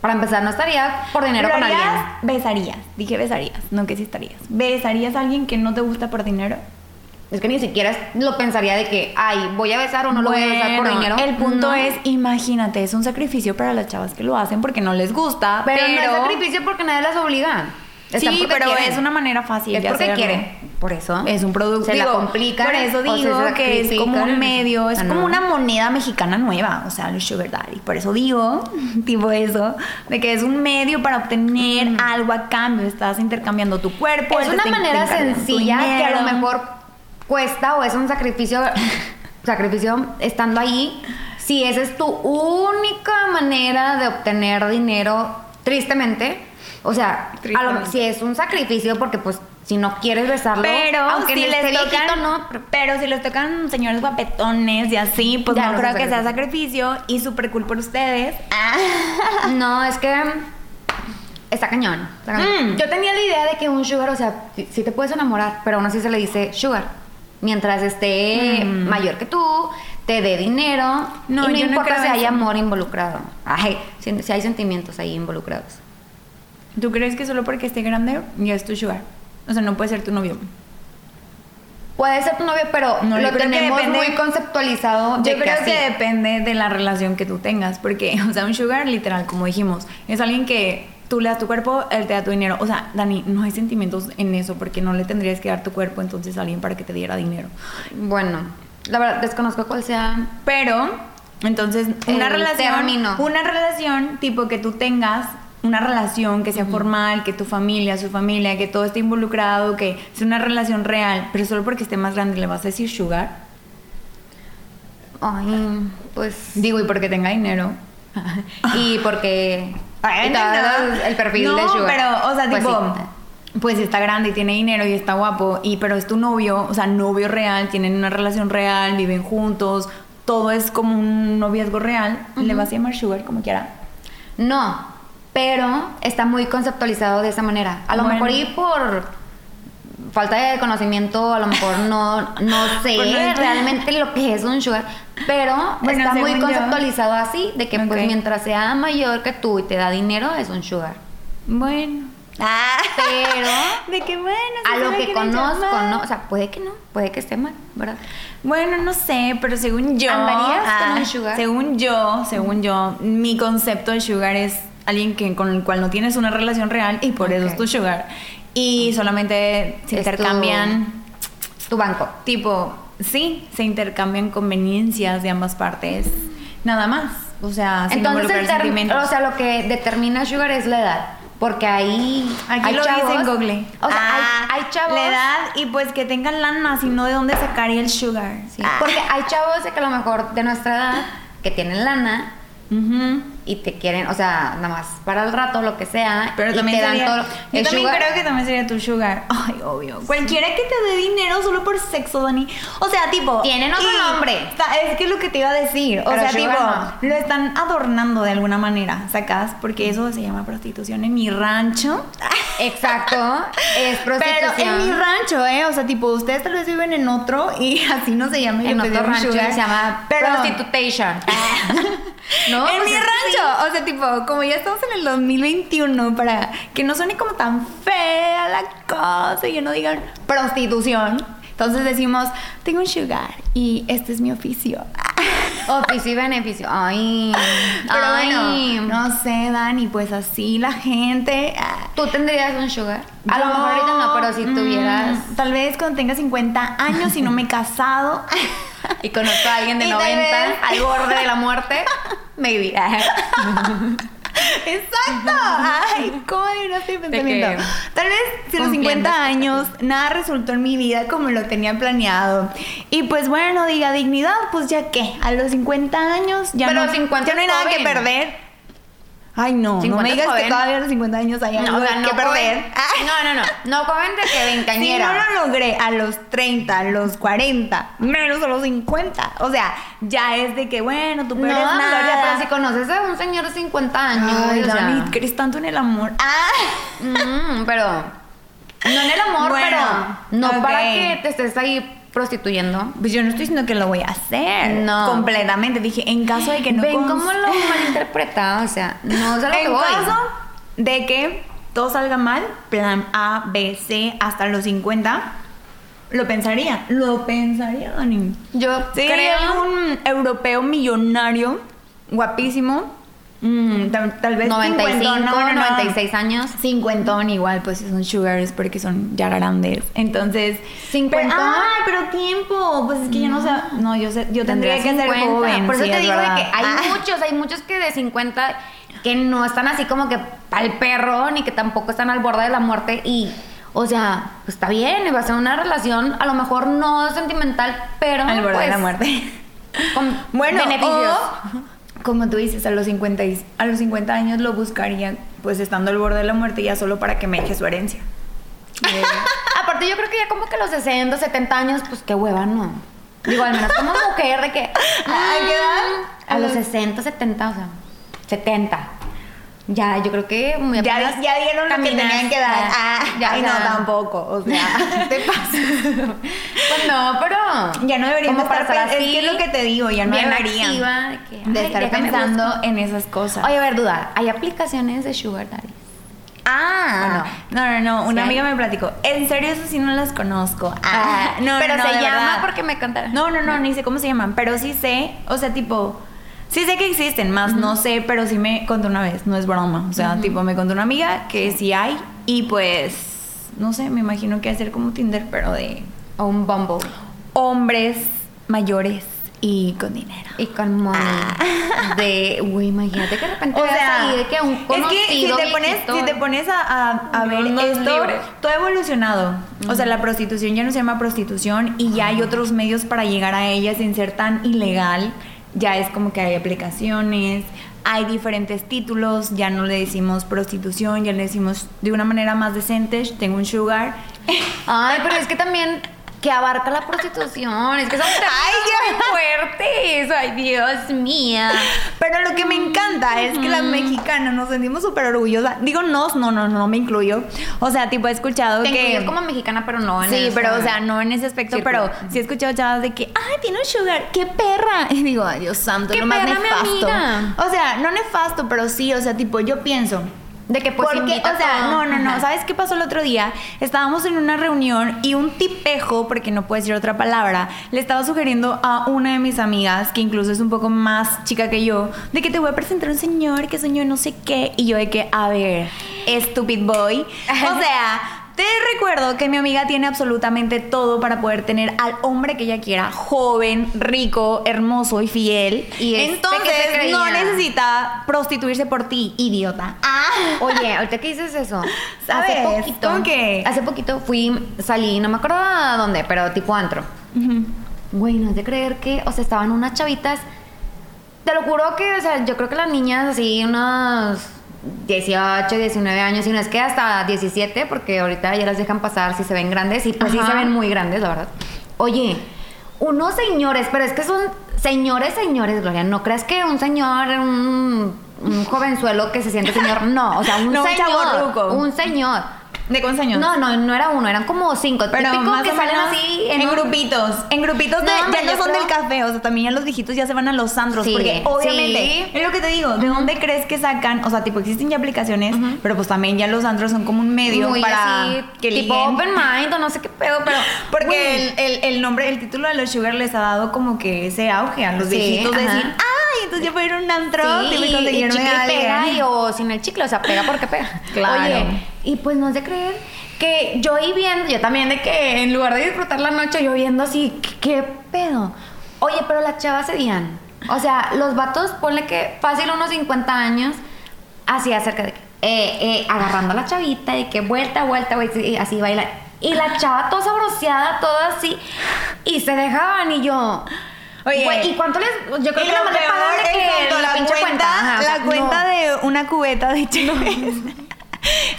[SPEAKER 2] Para empezar, no estaría por dinero
[SPEAKER 1] ¿Lo
[SPEAKER 2] con
[SPEAKER 1] harías?
[SPEAKER 2] alguien.
[SPEAKER 1] Besarías. Dije besarías, no que sí estarías. ¿Besarías a alguien que no te gusta por dinero?
[SPEAKER 2] Es que ni siquiera lo pensaría de que, ay, voy a besar o no lo voy a besar por
[SPEAKER 1] Bueno,
[SPEAKER 2] dinero.
[SPEAKER 1] El punto
[SPEAKER 2] No.
[SPEAKER 1] es, imagínate, es un sacrificio para las chavas que lo hacen porque no les gusta.
[SPEAKER 2] Pero,
[SPEAKER 1] Pero,
[SPEAKER 2] no es sacrificio porque nadie las obliga. Están
[SPEAKER 1] Sí,
[SPEAKER 2] porque
[SPEAKER 1] pero
[SPEAKER 2] quieren.
[SPEAKER 1] es una manera fácil
[SPEAKER 2] Es
[SPEAKER 1] de
[SPEAKER 2] porque
[SPEAKER 1] hacerlo.
[SPEAKER 2] quiere. Por eso.
[SPEAKER 1] Es un producto.
[SPEAKER 2] Se la
[SPEAKER 1] digo,
[SPEAKER 2] complican,
[SPEAKER 1] Por eso
[SPEAKER 2] o se
[SPEAKER 1] digo que es como un
[SPEAKER 2] sacrifican.
[SPEAKER 1] medio, es
[SPEAKER 2] Ah,
[SPEAKER 1] como
[SPEAKER 2] no.
[SPEAKER 1] una moneda mexicana nueva, o sea, los sugar daddy. Por eso digo, tipo eso, de que es un medio para obtener algo a cambio. Estás intercambiando tu cuerpo.
[SPEAKER 2] Mm. es
[SPEAKER 1] él te
[SPEAKER 2] una
[SPEAKER 1] está
[SPEAKER 2] manera
[SPEAKER 1] intercambiando tu
[SPEAKER 2] sencilla que a lo
[SPEAKER 1] dinero.
[SPEAKER 2] mejor cuesta o es un sacrificio, sacrificio estando ahí. Si esa es tu única manera de obtener dinero, tristemente, o sea, a lo-
[SPEAKER 1] Tristemente.
[SPEAKER 2] si es un sacrificio porque pues si no quieres besarlo,
[SPEAKER 1] Pero
[SPEAKER 2] aunque
[SPEAKER 1] si
[SPEAKER 2] le
[SPEAKER 1] Ah, les
[SPEAKER 2] esté
[SPEAKER 1] tocan,
[SPEAKER 2] viejito, no,
[SPEAKER 1] pero, si les tocan señores guapetones y así, pues
[SPEAKER 2] Ya
[SPEAKER 1] no
[SPEAKER 2] no
[SPEAKER 1] creo
[SPEAKER 2] son
[SPEAKER 1] que sea sacrificio y super cool por ustedes.
[SPEAKER 2] No, es que está cañón. está cañón.
[SPEAKER 1] Mm.
[SPEAKER 2] Yo tenía la idea de que un sugar, o sea, sí, sí te puedes enamorar, pero aún así se le dice sugar. Mientras esté
[SPEAKER 1] Mm.
[SPEAKER 2] mayor que tú, te dé dinero.
[SPEAKER 1] No,
[SPEAKER 2] No, y no
[SPEAKER 1] yo no
[SPEAKER 2] importa
[SPEAKER 1] creo
[SPEAKER 2] si hay
[SPEAKER 1] eso.
[SPEAKER 2] amor involucrado. Ay, si, si hay sentimientos ahí involucrados.
[SPEAKER 1] ¿Tú crees que solo porque esté grande ya es tu sugar? O sea, no puede ser tu novio.
[SPEAKER 2] Puede ser tu novio, pero
[SPEAKER 1] No, yo
[SPEAKER 2] lo
[SPEAKER 1] creo que
[SPEAKER 2] tenemos
[SPEAKER 1] depende-
[SPEAKER 2] muy conceptualizado. de
[SPEAKER 1] Yo creo
[SPEAKER 2] así.
[SPEAKER 1] que depende de la relación que tú tengas, porque, o sea, un sugar, literal, como dijimos, es alguien que tú le das tu cuerpo, él te da tu dinero. O sea, Dani, no hay sentimientos en eso, porque no le tendrías que dar tu cuerpo entonces a alguien para que te diera dinero.
[SPEAKER 2] Bueno, la verdad, desconozco cuál sea.
[SPEAKER 1] Pero, entonces, una
[SPEAKER 2] El
[SPEAKER 1] relación.
[SPEAKER 2] término.
[SPEAKER 1] Una relación tipo que tú tengas, una relación que sea formal, que tu familia, su familia, que todo esté involucrado, que sea una relación real, pero solo porque esté más grande le vas a decir sugar.
[SPEAKER 2] Ay, pues.
[SPEAKER 1] Digo, y porque tenga dinero.
[SPEAKER 2] y porque
[SPEAKER 1] Ay,
[SPEAKER 2] y todo
[SPEAKER 1] no.
[SPEAKER 2] el perfil
[SPEAKER 1] no,
[SPEAKER 2] de Sugar.
[SPEAKER 1] pero, o sea,
[SPEAKER 2] Pues
[SPEAKER 1] tipo,
[SPEAKER 2] sí.
[SPEAKER 1] pues está grande y tiene dinero y está guapo, y pero es tu novio, o sea, novio real, tienen una relación real, viven juntos, todo es como un noviazgo real, le vas a llamar sugar como quiera.
[SPEAKER 2] No, pero está muy conceptualizado de esa manera. A lo
[SPEAKER 1] Bueno.
[SPEAKER 2] mejor y por falta de conocimiento, a lo mejor no, no sé
[SPEAKER 1] Por Pues no entender.
[SPEAKER 2] realmente lo que es un sugar, pero
[SPEAKER 1] Bueno,
[SPEAKER 2] está muy
[SPEAKER 1] según yo.
[SPEAKER 2] conceptualizado así, de que
[SPEAKER 1] Ok.
[SPEAKER 2] pues mientras sea mayor que tú y te da dinero, es un sugar.
[SPEAKER 1] Bueno.
[SPEAKER 2] Ah. Pero-
[SPEAKER 1] de que bueno,
[SPEAKER 2] A
[SPEAKER 1] si se
[SPEAKER 2] lo
[SPEAKER 1] me
[SPEAKER 2] que
[SPEAKER 1] quieren
[SPEAKER 2] conozco,
[SPEAKER 1] llamar.
[SPEAKER 2] ¿no? O sea, puede que no, puede que esté mal, ¿verdad?
[SPEAKER 1] Bueno, no sé, pero según yo.
[SPEAKER 2] ¿Andarías con un sugar? Mm.
[SPEAKER 1] Según yo, según yo, mi concepto de sugar es alguien que, con el cual no tienes una relación real y por eso
[SPEAKER 2] Ok. Mm.
[SPEAKER 1] es tu sugar. Y solamente se
[SPEAKER 2] Es tu-
[SPEAKER 1] intercambian,
[SPEAKER 2] Tu banco.
[SPEAKER 1] tipo, sí, se intercambian conveniencias de ambas partes, nada más. O sea, sin
[SPEAKER 2] Entonces,
[SPEAKER 1] involucrar
[SPEAKER 2] el term-
[SPEAKER 1] sentimientos.
[SPEAKER 2] o sea, lo que determina Sugar es la edad. Porque ahí.
[SPEAKER 1] Aquí
[SPEAKER 2] hay
[SPEAKER 1] lo
[SPEAKER 2] chavos-
[SPEAKER 1] dice en Google.
[SPEAKER 2] O sea,
[SPEAKER 1] Ah,
[SPEAKER 2] hay, hay chavos.
[SPEAKER 1] La edad y pues que tengan lana, si no, ¿de dónde sacaría el sugar?
[SPEAKER 2] sí,
[SPEAKER 1] Ah.
[SPEAKER 2] Porque hay chavos de que a lo mejor de nuestra edad que tienen lana
[SPEAKER 1] Ujú.
[SPEAKER 2] y te quieren, o sea, nada más para el rato, lo que sea.
[SPEAKER 1] Pero
[SPEAKER 2] y
[SPEAKER 1] también
[SPEAKER 2] te dan
[SPEAKER 1] sería,
[SPEAKER 2] todo.
[SPEAKER 1] yo
[SPEAKER 2] el
[SPEAKER 1] también
[SPEAKER 2] sugar-
[SPEAKER 1] creo que también sería tu sugar. Ay, obvio. Cualquiera que te dé dinero solo por sexo, Dani. O sea, tipo.
[SPEAKER 2] Tienen otro nombre.
[SPEAKER 1] ta- Es que es lo que te iba a decir. O
[SPEAKER 2] Pero
[SPEAKER 1] sea,
[SPEAKER 2] sugar
[SPEAKER 1] tipo,
[SPEAKER 2] no.
[SPEAKER 1] lo están adornando de alguna manera, sacas, porque eso se llama prostitución en mi rancho.
[SPEAKER 2] Exacto. Es prostitución.
[SPEAKER 1] Pero en mi rancho, ¿eh? O sea, tipo, ustedes tal vez viven en otro y así no se llama.
[SPEAKER 2] En
[SPEAKER 1] yo te
[SPEAKER 2] otro
[SPEAKER 1] digo un
[SPEAKER 2] rancho
[SPEAKER 1] sugar.
[SPEAKER 2] se llama
[SPEAKER 1] ¿eh? Pero-
[SPEAKER 2] prostitution. ¿No?
[SPEAKER 1] en
[SPEAKER 2] O
[SPEAKER 1] mi
[SPEAKER 2] sea,
[SPEAKER 1] rancho. O sea, tipo, como ya estamos en el 2021, para que no suene como tan fea la cosa y que no digan prostitución. Entonces decimos, tengo un sugar y este es mi oficio.
[SPEAKER 2] Oficio y beneficio. Ay.
[SPEAKER 1] Pero
[SPEAKER 2] ay.
[SPEAKER 1] bueno, no sé, Dani, pues así la gente. ah.
[SPEAKER 2] ¿Tú tendrías un sugar? A lo
[SPEAKER 1] Yo,
[SPEAKER 2] mejor ahorita no, pero si
[SPEAKER 1] mm,
[SPEAKER 2] tuvieras.
[SPEAKER 1] tal vez cuando tenga 50 años y no me he casado.
[SPEAKER 2] y conozco a alguien de
[SPEAKER 1] Y tal
[SPEAKER 2] 90
[SPEAKER 1] vez-
[SPEAKER 2] al borde de la muerte, maybe.
[SPEAKER 1] Exacto. Ay, ¿cómo adivinaste mi pensamiento? Tal vez si a los
[SPEAKER 2] Cumpliendo
[SPEAKER 1] 50 años nada resultó en mi vida como lo tenía planeado. Y pues bueno, diga dignidad, pues ya qué. A los 50 años ya,
[SPEAKER 2] Pero
[SPEAKER 1] no,
[SPEAKER 2] 50
[SPEAKER 1] ya no hay
[SPEAKER 2] es
[SPEAKER 1] nada que
[SPEAKER 2] joven.
[SPEAKER 1] perder. Ay, no, no
[SPEAKER 2] 50
[SPEAKER 1] me
[SPEAKER 2] es
[SPEAKER 1] digas que
[SPEAKER 2] joven.
[SPEAKER 1] todavía a los 50 años hay algo
[SPEAKER 2] No, o sea, no
[SPEAKER 1] que perder.
[SPEAKER 2] joven-
[SPEAKER 1] Ah.
[SPEAKER 2] No, no, no. No joven de que
[SPEAKER 1] Si no
[SPEAKER 2] veinteañera.
[SPEAKER 1] lo logré a los 30, a los 40, menos a los 50. O sea, ya es de que, bueno, tú
[SPEAKER 2] No, pues
[SPEAKER 1] puedes
[SPEAKER 2] Gloria,
[SPEAKER 1] nada.
[SPEAKER 2] pero si conoces a un señor de 50 años,
[SPEAKER 1] Ay,
[SPEAKER 2] o sea,
[SPEAKER 1] Dani, crees tanto en el amor. Ah,
[SPEAKER 2] mm, pero no en el amor,
[SPEAKER 1] Bueno,
[SPEAKER 2] pero no
[SPEAKER 1] ok.
[SPEAKER 2] para que te estés ahí prostituyendo.
[SPEAKER 1] pues yo no estoy diciendo que lo voy a hacer.
[SPEAKER 2] No.
[SPEAKER 1] Completamente. Dije, en caso de que no
[SPEAKER 2] Ven
[SPEAKER 1] cons-
[SPEAKER 2] cómo lo malinterpreta, o sea, no es a lo que
[SPEAKER 1] En
[SPEAKER 2] voy.
[SPEAKER 1] caso de que todo salga mal, plan A, B, C, hasta los 50, lo pensaría. Lo pensaría, Dani.
[SPEAKER 2] Yo
[SPEAKER 1] Sí,
[SPEAKER 2] creo
[SPEAKER 1] un europeo millonario, guapísimo, mm, tal, tal vez
[SPEAKER 2] 95,
[SPEAKER 1] cincuentón, no, no, no.
[SPEAKER 2] 96 años.
[SPEAKER 1] Cincuentón igual, pues si son sugars porque son ya grandes. Entonces,
[SPEAKER 2] ¿Cincuentón? Mm.
[SPEAKER 1] pero- ay, pero tiempo, pues es que yo no sé, no, yo sé, yo tendría,
[SPEAKER 2] Tendría
[SPEAKER 1] que
[SPEAKER 2] 50.
[SPEAKER 1] ser joven.
[SPEAKER 2] Por eso
[SPEAKER 1] sí,
[SPEAKER 2] te
[SPEAKER 1] es
[SPEAKER 2] digo de
[SPEAKER 1] verdad.
[SPEAKER 2] que hay
[SPEAKER 1] Ah.
[SPEAKER 2] muchos, hay muchos que de 50 que no están así como que pa'l perro, ni que tampoco están al borde de la muerte y, o sea, pues está bien, va a ser una relación a lo mejor no sentimental, pero
[SPEAKER 1] al borde de
[SPEAKER 2] pues,
[SPEAKER 1] la muerte.
[SPEAKER 2] con
[SPEAKER 1] Bueno,
[SPEAKER 2] beneficios.
[SPEAKER 1] o, como tú dices, a los 50 y- a los 50 años lo buscaría pues estando al borde de la muerte ya solo para que me eche su herencia. Eh,
[SPEAKER 2] Aparte yo creo que ya como que los 60, 70 años, pues qué hueva, no. Digo, al menos como mujer de que mm,
[SPEAKER 1] ¿A qué edad?
[SPEAKER 2] A los 60, 70, o sea, 70. Ya, yo creo que muy
[SPEAKER 1] Ya,
[SPEAKER 2] apenas
[SPEAKER 1] ya dieron lo que
[SPEAKER 2] caminas,
[SPEAKER 1] tenían que dar.
[SPEAKER 2] ah,
[SPEAKER 1] Ah,
[SPEAKER 2] ya,
[SPEAKER 1] ay,
[SPEAKER 2] o sea,
[SPEAKER 1] no, tampoco. O sea, te pasas.
[SPEAKER 2] Pues no, pero.
[SPEAKER 1] Ya no deberíamos
[SPEAKER 2] como para
[SPEAKER 1] estar
[SPEAKER 2] estar
[SPEAKER 1] pensando. Es
[SPEAKER 2] así,
[SPEAKER 1] que es lo que te digo, ya no
[SPEAKER 2] bien
[SPEAKER 1] deberían
[SPEAKER 2] activa, de que,
[SPEAKER 1] de
[SPEAKER 2] ay,
[SPEAKER 1] estar
[SPEAKER 2] déjame
[SPEAKER 1] pensando
[SPEAKER 2] busco.
[SPEAKER 1] en esas cosas.
[SPEAKER 2] Oye, a ver, duda. ¿Hay aplicaciones de Sugar Daddy?
[SPEAKER 1] ah, no, no, no. Una
[SPEAKER 2] Sí.
[SPEAKER 1] amiga me platicó. En serio, eso sí no las conozco. Ah, no, no,
[SPEAKER 2] Pero
[SPEAKER 1] no,
[SPEAKER 2] se
[SPEAKER 1] de
[SPEAKER 2] llama
[SPEAKER 1] verdad.
[SPEAKER 2] porque me contaron.
[SPEAKER 1] No, no, no, ni sé cómo se llaman, pero sí sé, o sea, tipo, sí sé que existen, más no sé, pero sí me contó una vez, no es broma, o sea, tipo, me contó una amiga que sí hay y pues, no sé, me imagino que hacer como Tinder, pero de
[SPEAKER 2] O un Bumble.
[SPEAKER 1] hombres mayores y con dinero.
[SPEAKER 2] Y con money. De, güey, imagínate que de repente
[SPEAKER 1] Ah. O
[SPEAKER 2] vas
[SPEAKER 1] sea,
[SPEAKER 2] ahí de que un
[SPEAKER 1] es
[SPEAKER 2] conocido
[SPEAKER 1] que si te pones,
[SPEAKER 2] viejito-
[SPEAKER 1] si te pones a, a- a ver
[SPEAKER 2] Unos
[SPEAKER 1] esto,
[SPEAKER 2] libres.
[SPEAKER 1] todo ha evolucionado. O sea, la prostitución ya no se llama prostitución y ya hay otros medios para llegar a ella sin ser tan ilegal. Ya es como que hay aplicaciones, hay diferentes títulos, ya no le decimos prostitución, ya le decimos de una manera más decente, tengo un sugar.
[SPEAKER 2] Ay, pero es que también que abarca la prostitución. Es que son términos muy fuertes. Ay, Dios mía.
[SPEAKER 1] Pero lo que me encanta es que las mexicanas nos sentimos súper orgullosas. Digo nos, no, no, no me incluyo. O sea, tipo, he escuchado
[SPEAKER 2] Te
[SPEAKER 1] que...
[SPEAKER 2] incluyes como mexicana, pero no en
[SPEAKER 1] Sí,
[SPEAKER 2] esa-
[SPEAKER 1] pero o sea, no en ese aspecto,
[SPEAKER 2] Círculo.
[SPEAKER 1] pero
[SPEAKER 2] Ujú.
[SPEAKER 1] sí he escuchado chavas de que, ay, tiene un sugar, qué perra. Y digo, ay, Dios santo,
[SPEAKER 2] Qué
[SPEAKER 1] lo más
[SPEAKER 2] perra, mi
[SPEAKER 1] nefasto.
[SPEAKER 2] amiga.
[SPEAKER 1] O sea, no nefasto, pero sí, o sea, tipo, yo pienso.
[SPEAKER 2] De que pues
[SPEAKER 1] porque,
[SPEAKER 2] invita
[SPEAKER 1] o sea,
[SPEAKER 2] todo.
[SPEAKER 1] no, no, no.
[SPEAKER 2] Ajá.
[SPEAKER 1] ¿Sabes qué pasó el otro día? Estábamos en una reunión y un tipejo, porque no puedo decir otra palabra, le estaba sugiriendo a una de mis amigas, que incluso es un poco más chica que yo, de que te voy a presentar a un señor que soñó no sé qué. Y yo de que, a ver, stupid boy. O sea. Te recuerdo que mi amiga tiene absolutamente todo para poder tener al hombre que ella quiera, joven, rico, hermoso y fiel.
[SPEAKER 2] Y este que se
[SPEAKER 1] Entonces no
[SPEAKER 2] creía.
[SPEAKER 1] necesita prostituirse por ti, idiota. Ah.
[SPEAKER 2] Oye, ahorita que dices eso,
[SPEAKER 1] ¿Sabes?
[SPEAKER 2] hace poquito,
[SPEAKER 1] ¿Cómo que?
[SPEAKER 2] hace poquito fui, salí, no me acuerdo a dónde, pero tipo antro.
[SPEAKER 1] Ujú.
[SPEAKER 2] Güey, no es de creer que, o sea, estaban unas chavitas. Te lo juro que, o sea, yo creo que las niñas así, unos 18, 19 años, y no es que hasta 17, porque ahorita ya las dejan pasar si se ven grandes, y pues sí
[SPEAKER 1] Ajá.
[SPEAKER 2] se ven muy grandes, la verdad. Oye, unos señores, pero es que son señores, señores, Gloria. No creas que un señor, un, un jovenzuelo que se siente señor, no, o sea, un
[SPEAKER 1] No, un
[SPEAKER 2] señor.
[SPEAKER 1] chavorruco.
[SPEAKER 2] un señor.
[SPEAKER 1] ¿De cuántos años?
[SPEAKER 2] No, no, no era uno, eran como cinco.
[SPEAKER 1] pero
[SPEAKER 2] típico
[SPEAKER 1] más
[SPEAKER 2] que
[SPEAKER 1] o
[SPEAKER 2] salen
[SPEAKER 1] menos
[SPEAKER 2] así
[SPEAKER 1] en,
[SPEAKER 2] un-
[SPEAKER 1] grupitos. En grupitos de-
[SPEAKER 2] No, hombre,
[SPEAKER 1] ya no
[SPEAKER 2] yo
[SPEAKER 1] son
[SPEAKER 2] creo-
[SPEAKER 1] del café, o sea, también ya los viejitos ya se van a los sandros.
[SPEAKER 2] Sí,
[SPEAKER 1] porque obviamente,
[SPEAKER 2] sí.
[SPEAKER 1] es lo que te digo, ¿de dónde crees que sacan? O sea, tipo, existen ya aplicaciones, pero pues también ya los sandros son como un medio
[SPEAKER 2] Muy
[SPEAKER 1] para
[SPEAKER 2] así,
[SPEAKER 1] que
[SPEAKER 2] tipo
[SPEAKER 1] liguen.
[SPEAKER 2] open mind o no sé qué pedo, pero
[SPEAKER 1] Porque
[SPEAKER 2] güey,
[SPEAKER 1] el, el- el nombre, el título de los Sugar les ha dado como que ese auge a los
[SPEAKER 2] Sí,
[SPEAKER 1] viejitos de
[SPEAKER 2] ajá.
[SPEAKER 1] decir, ay, entonces yo puedo ir a un antro
[SPEAKER 2] sí,
[SPEAKER 1] y
[SPEAKER 2] y
[SPEAKER 1] conseguirme
[SPEAKER 2] chicle
[SPEAKER 1] a alguien".
[SPEAKER 2] pega y o sin el chicle, o sea, pega porque pega.
[SPEAKER 1] Claro.
[SPEAKER 2] Oye, y pues no es de creer que yo ahí viendo, yo también de que en lugar de disfrutar la noche yo viendo así, ¿qué, qué pedo? Oye, pero las chavas se dían. O sea, los vatos ponle que fácil unos 50 años, así acerca de que, eh, eh, agarrando a la chavita y que vuelta, vuelta, güey, y así baila. Y la chava toda sabroseada, toda así, y se dejaban y yo...
[SPEAKER 1] Oye.
[SPEAKER 2] güey, ¿y cuánto les...? Yo creo
[SPEAKER 1] Y
[SPEAKER 2] que la
[SPEAKER 1] lo
[SPEAKER 2] más le
[SPEAKER 1] peor
[SPEAKER 2] pagan
[SPEAKER 1] es
[SPEAKER 2] de que
[SPEAKER 1] cuando
[SPEAKER 2] la, pinche cuenta... ajá, o sea,
[SPEAKER 1] la cuenta
[SPEAKER 2] no.
[SPEAKER 1] de una cubeta de cheves.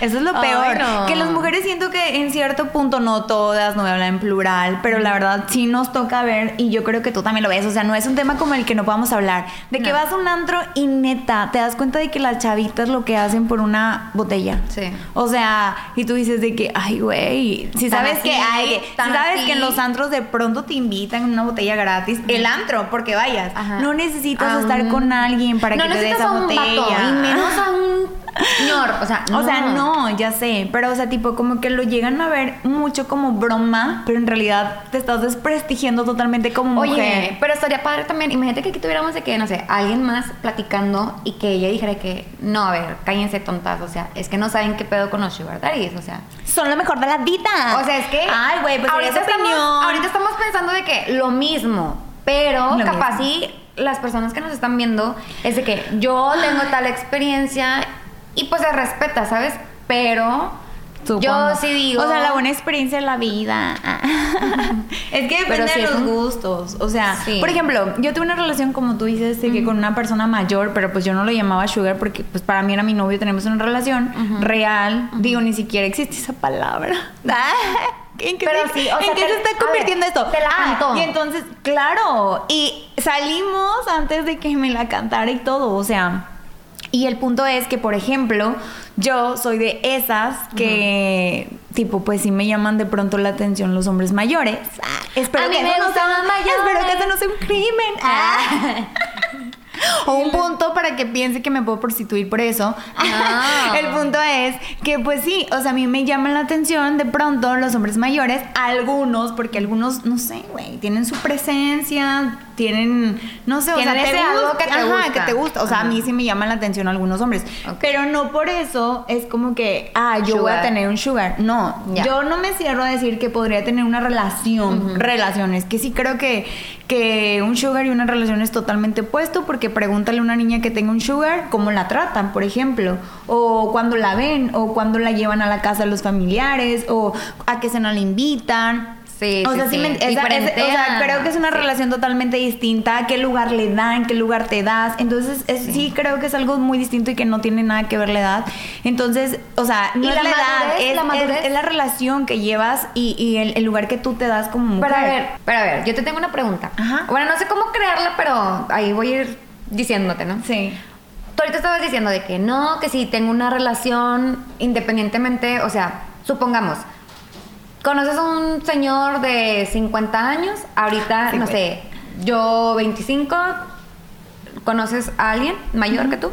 [SPEAKER 1] Eso es lo
[SPEAKER 2] Ay,
[SPEAKER 1] peor.
[SPEAKER 2] no.
[SPEAKER 1] Que las mujeres siento que en cierto punto, no todas, no voy a hablar en plural, pero la verdad sí nos toca ver y yo creo que tú también lo ves. O sea, no es un tema como el que no podamos hablar. De que
[SPEAKER 2] No.
[SPEAKER 1] vas a un antro y neta, te das cuenta de que las chavitas lo que hacen por una botella.
[SPEAKER 2] Sí.
[SPEAKER 1] O sea, y tú dices de que, ay, güey, si
[SPEAKER 2] Tan
[SPEAKER 1] sabes
[SPEAKER 2] así,
[SPEAKER 1] que hay, si
[SPEAKER 2] tan
[SPEAKER 1] sabes
[SPEAKER 2] así.
[SPEAKER 1] que en los antros de pronto te invitan una botella gratis, el antro, porque vayas.
[SPEAKER 2] Ajá.
[SPEAKER 1] No necesitas
[SPEAKER 2] A
[SPEAKER 1] estar
[SPEAKER 2] un-
[SPEAKER 1] con alguien para
[SPEAKER 2] no
[SPEAKER 1] que te dé
[SPEAKER 2] necesitas
[SPEAKER 1] esa
[SPEAKER 2] a un
[SPEAKER 1] botella.
[SPEAKER 2] vato, y menos a un señor, o sea, no.
[SPEAKER 1] O sea, no, ya sé, pero o sea, tipo como que lo llegan a ver mucho como broma, pero en realidad te estás desprestigiando totalmente como
[SPEAKER 2] Oye,
[SPEAKER 1] mujer.
[SPEAKER 2] pero estaría padre también. Imagínate que aquí tuviéramos de que, no sé, alguien más platicando y que ella dijera que, no, a ver, cállense tontas. O sea, es que no saben qué pedo con los sugar daddies. O sea,
[SPEAKER 1] Son lo mejor de la vida.
[SPEAKER 2] o sea es que.
[SPEAKER 1] Ah. Ay, güey, pues ahorita
[SPEAKER 2] estamos,
[SPEAKER 1] opinión.
[SPEAKER 2] ahorita estamos pensando de que lo mismo, pero
[SPEAKER 1] Lo
[SPEAKER 2] capaz
[SPEAKER 1] mismo.
[SPEAKER 2] sí las personas que nos están viendo es de que yo tengo tal experiencia y pues se respeta, ¿sabes? Pero yo
[SPEAKER 1] Supongo.
[SPEAKER 2] sí digo.
[SPEAKER 1] O sea, la buena experiencia es la vida. es que depende
[SPEAKER 2] Pero sí
[SPEAKER 1] de
[SPEAKER 2] es
[SPEAKER 1] los
[SPEAKER 2] un-
[SPEAKER 1] gustos. O sea,
[SPEAKER 2] Sí.
[SPEAKER 1] por ejemplo, yo tuve una relación, como tú dices, de que con una persona mayor, pero pues yo no lo llamaba Sugar porque pues para mí era mi novio, tenemos una relación real. Digo, ni siquiera existe esa palabra. ¿En qué,
[SPEAKER 2] Pero
[SPEAKER 1] se,
[SPEAKER 2] sí, o
[SPEAKER 1] en
[SPEAKER 2] sea,
[SPEAKER 1] qué
[SPEAKER 2] te-
[SPEAKER 1] se
[SPEAKER 2] a
[SPEAKER 1] está
[SPEAKER 2] ver,
[SPEAKER 1] convirtiendo esto?
[SPEAKER 2] te la
[SPEAKER 1] Ah,
[SPEAKER 2] cantó.
[SPEAKER 1] y entonces, claro, y salimos antes de que me la cantara y todo, o sea... Y el punto es que, por ejemplo, yo soy de esas que, tipo, pues sí me llaman de pronto la atención los hombres mayores. Ah, espero
[SPEAKER 2] A mí
[SPEAKER 1] que
[SPEAKER 2] me
[SPEAKER 1] eso no sea,
[SPEAKER 2] gustan los mayores.
[SPEAKER 1] Espero que eso no sea un crimen. Ah. O un punto para que piense que me puedo prostituir por eso.
[SPEAKER 2] No.
[SPEAKER 1] El punto es que, pues sí, o sea, a mí me llaman la atención de pronto los hombres mayores, algunos, porque algunos, no sé, güey, tienen su presencia, tienen, no sé, o
[SPEAKER 2] Tienen
[SPEAKER 1] sea, te
[SPEAKER 2] ese algo
[SPEAKER 1] gusta-
[SPEAKER 2] que te
[SPEAKER 1] ajá,
[SPEAKER 2] gusta.
[SPEAKER 1] que te gusta. O sea, a mí
[SPEAKER 2] Ajá.
[SPEAKER 1] sí me llaman la atención algunos hombres,
[SPEAKER 2] Ok.
[SPEAKER 1] pero no por eso es como que, ah, yo voy a
[SPEAKER 2] Sugar.
[SPEAKER 1] tener un sugar. No,
[SPEAKER 2] Ya.
[SPEAKER 1] yo no me cierro a decir que podría tener una relación, relaciones, que sí creo que, que un sugar y una relación es totalmente opuesto, porque pregúntale a una niña que tenga un sugar cómo la tratan, por ejemplo, o cuando la ven, o cuando la llevan a la casa de los familiares, o a qué cena la invitan.
[SPEAKER 2] Sí,
[SPEAKER 1] o
[SPEAKER 2] sí,
[SPEAKER 1] sea, sí
[SPEAKER 2] sí.
[SPEAKER 1] me- esa- esa-
[SPEAKER 2] Diferente
[SPEAKER 1] o sea,
[SPEAKER 2] a-
[SPEAKER 1] creo que es una
[SPEAKER 2] sí.
[SPEAKER 1] relación totalmente distinta, a qué lugar le dan, qué lugar te das. Entonces, es- sí. creo que es algo muy distinto y que no tiene nada que ver la edad. Entonces, o sea, no
[SPEAKER 2] ¿Y
[SPEAKER 1] es
[SPEAKER 2] la
[SPEAKER 1] la edad,
[SPEAKER 2] madurez?
[SPEAKER 1] es
[SPEAKER 2] ¿La
[SPEAKER 1] es-
[SPEAKER 2] madurez?
[SPEAKER 1] es la relación que llevas y, y el, el lugar que tú te das como mujer.
[SPEAKER 2] Pero a ver, pero a ver, yo te tengo una pregunta.
[SPEAKER 1] Ajá.
[SPEAKER 2] Bueno, no sé cómo crearla, pero ahí voy a ir diciéndote, ¿no?
[SPEAKER 1] Sí.
[SPEAKER 2] Tú ahorita estabas diciendo de que no, que si tengo una relación independientemente, o sea, supongamos, conoces a un señor de 50 años, ahorita,
[SPEAKER 1] Sí,
[SPEAKER 2] no
[SPEAKER 1] güey.
[SPEAKER 2] sé, yo 25, conoces a alguien mayor que tú.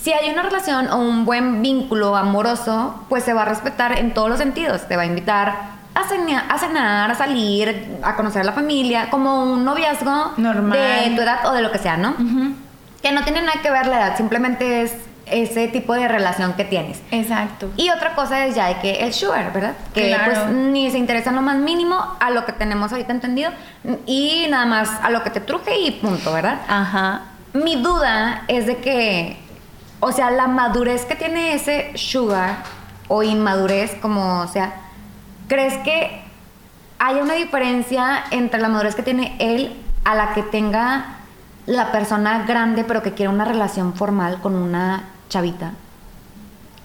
[SPEAKER 2] Si hay una relación o un buen vínculo amoroso, pues se va a respetar en todos los sentidos. Te va a invitar a cenar, a, cenar, a salir, a conocer a la familia, como un noviazgo
[SPEAKER 1] Normal.
[SPEAKER 2] de tu edad o de lo que sea, ¿no?
[SPEAKER 1] Ujú.
[SPEAKER 2] Que no tiene nada que ver la edad, simplemente es ese tipo de relación que tienes.
[SPEAKER 1] Exacto.
[SPEAKER 2] Y otra cosa es ya de que el sugar, ¿verdad? Que
[SPEAKER 1] Claro.
[SPEAKER 2] pues ni se interesa en lo más mínimo a lo que tenemos ahorita entendido y nada más a lo que te truje y punto, ¿verdad?
[SPEAKER 1] Ajá.
[SPEAKER 2] Mi duda es de que, o sea, la madurez que tiene ese sugar o inmadurez, como, o sea, ¿crees que hay una diferencia entre la madurez que tiene él a la que tenga la persona grande pero que quiere una relación formal con una chavita?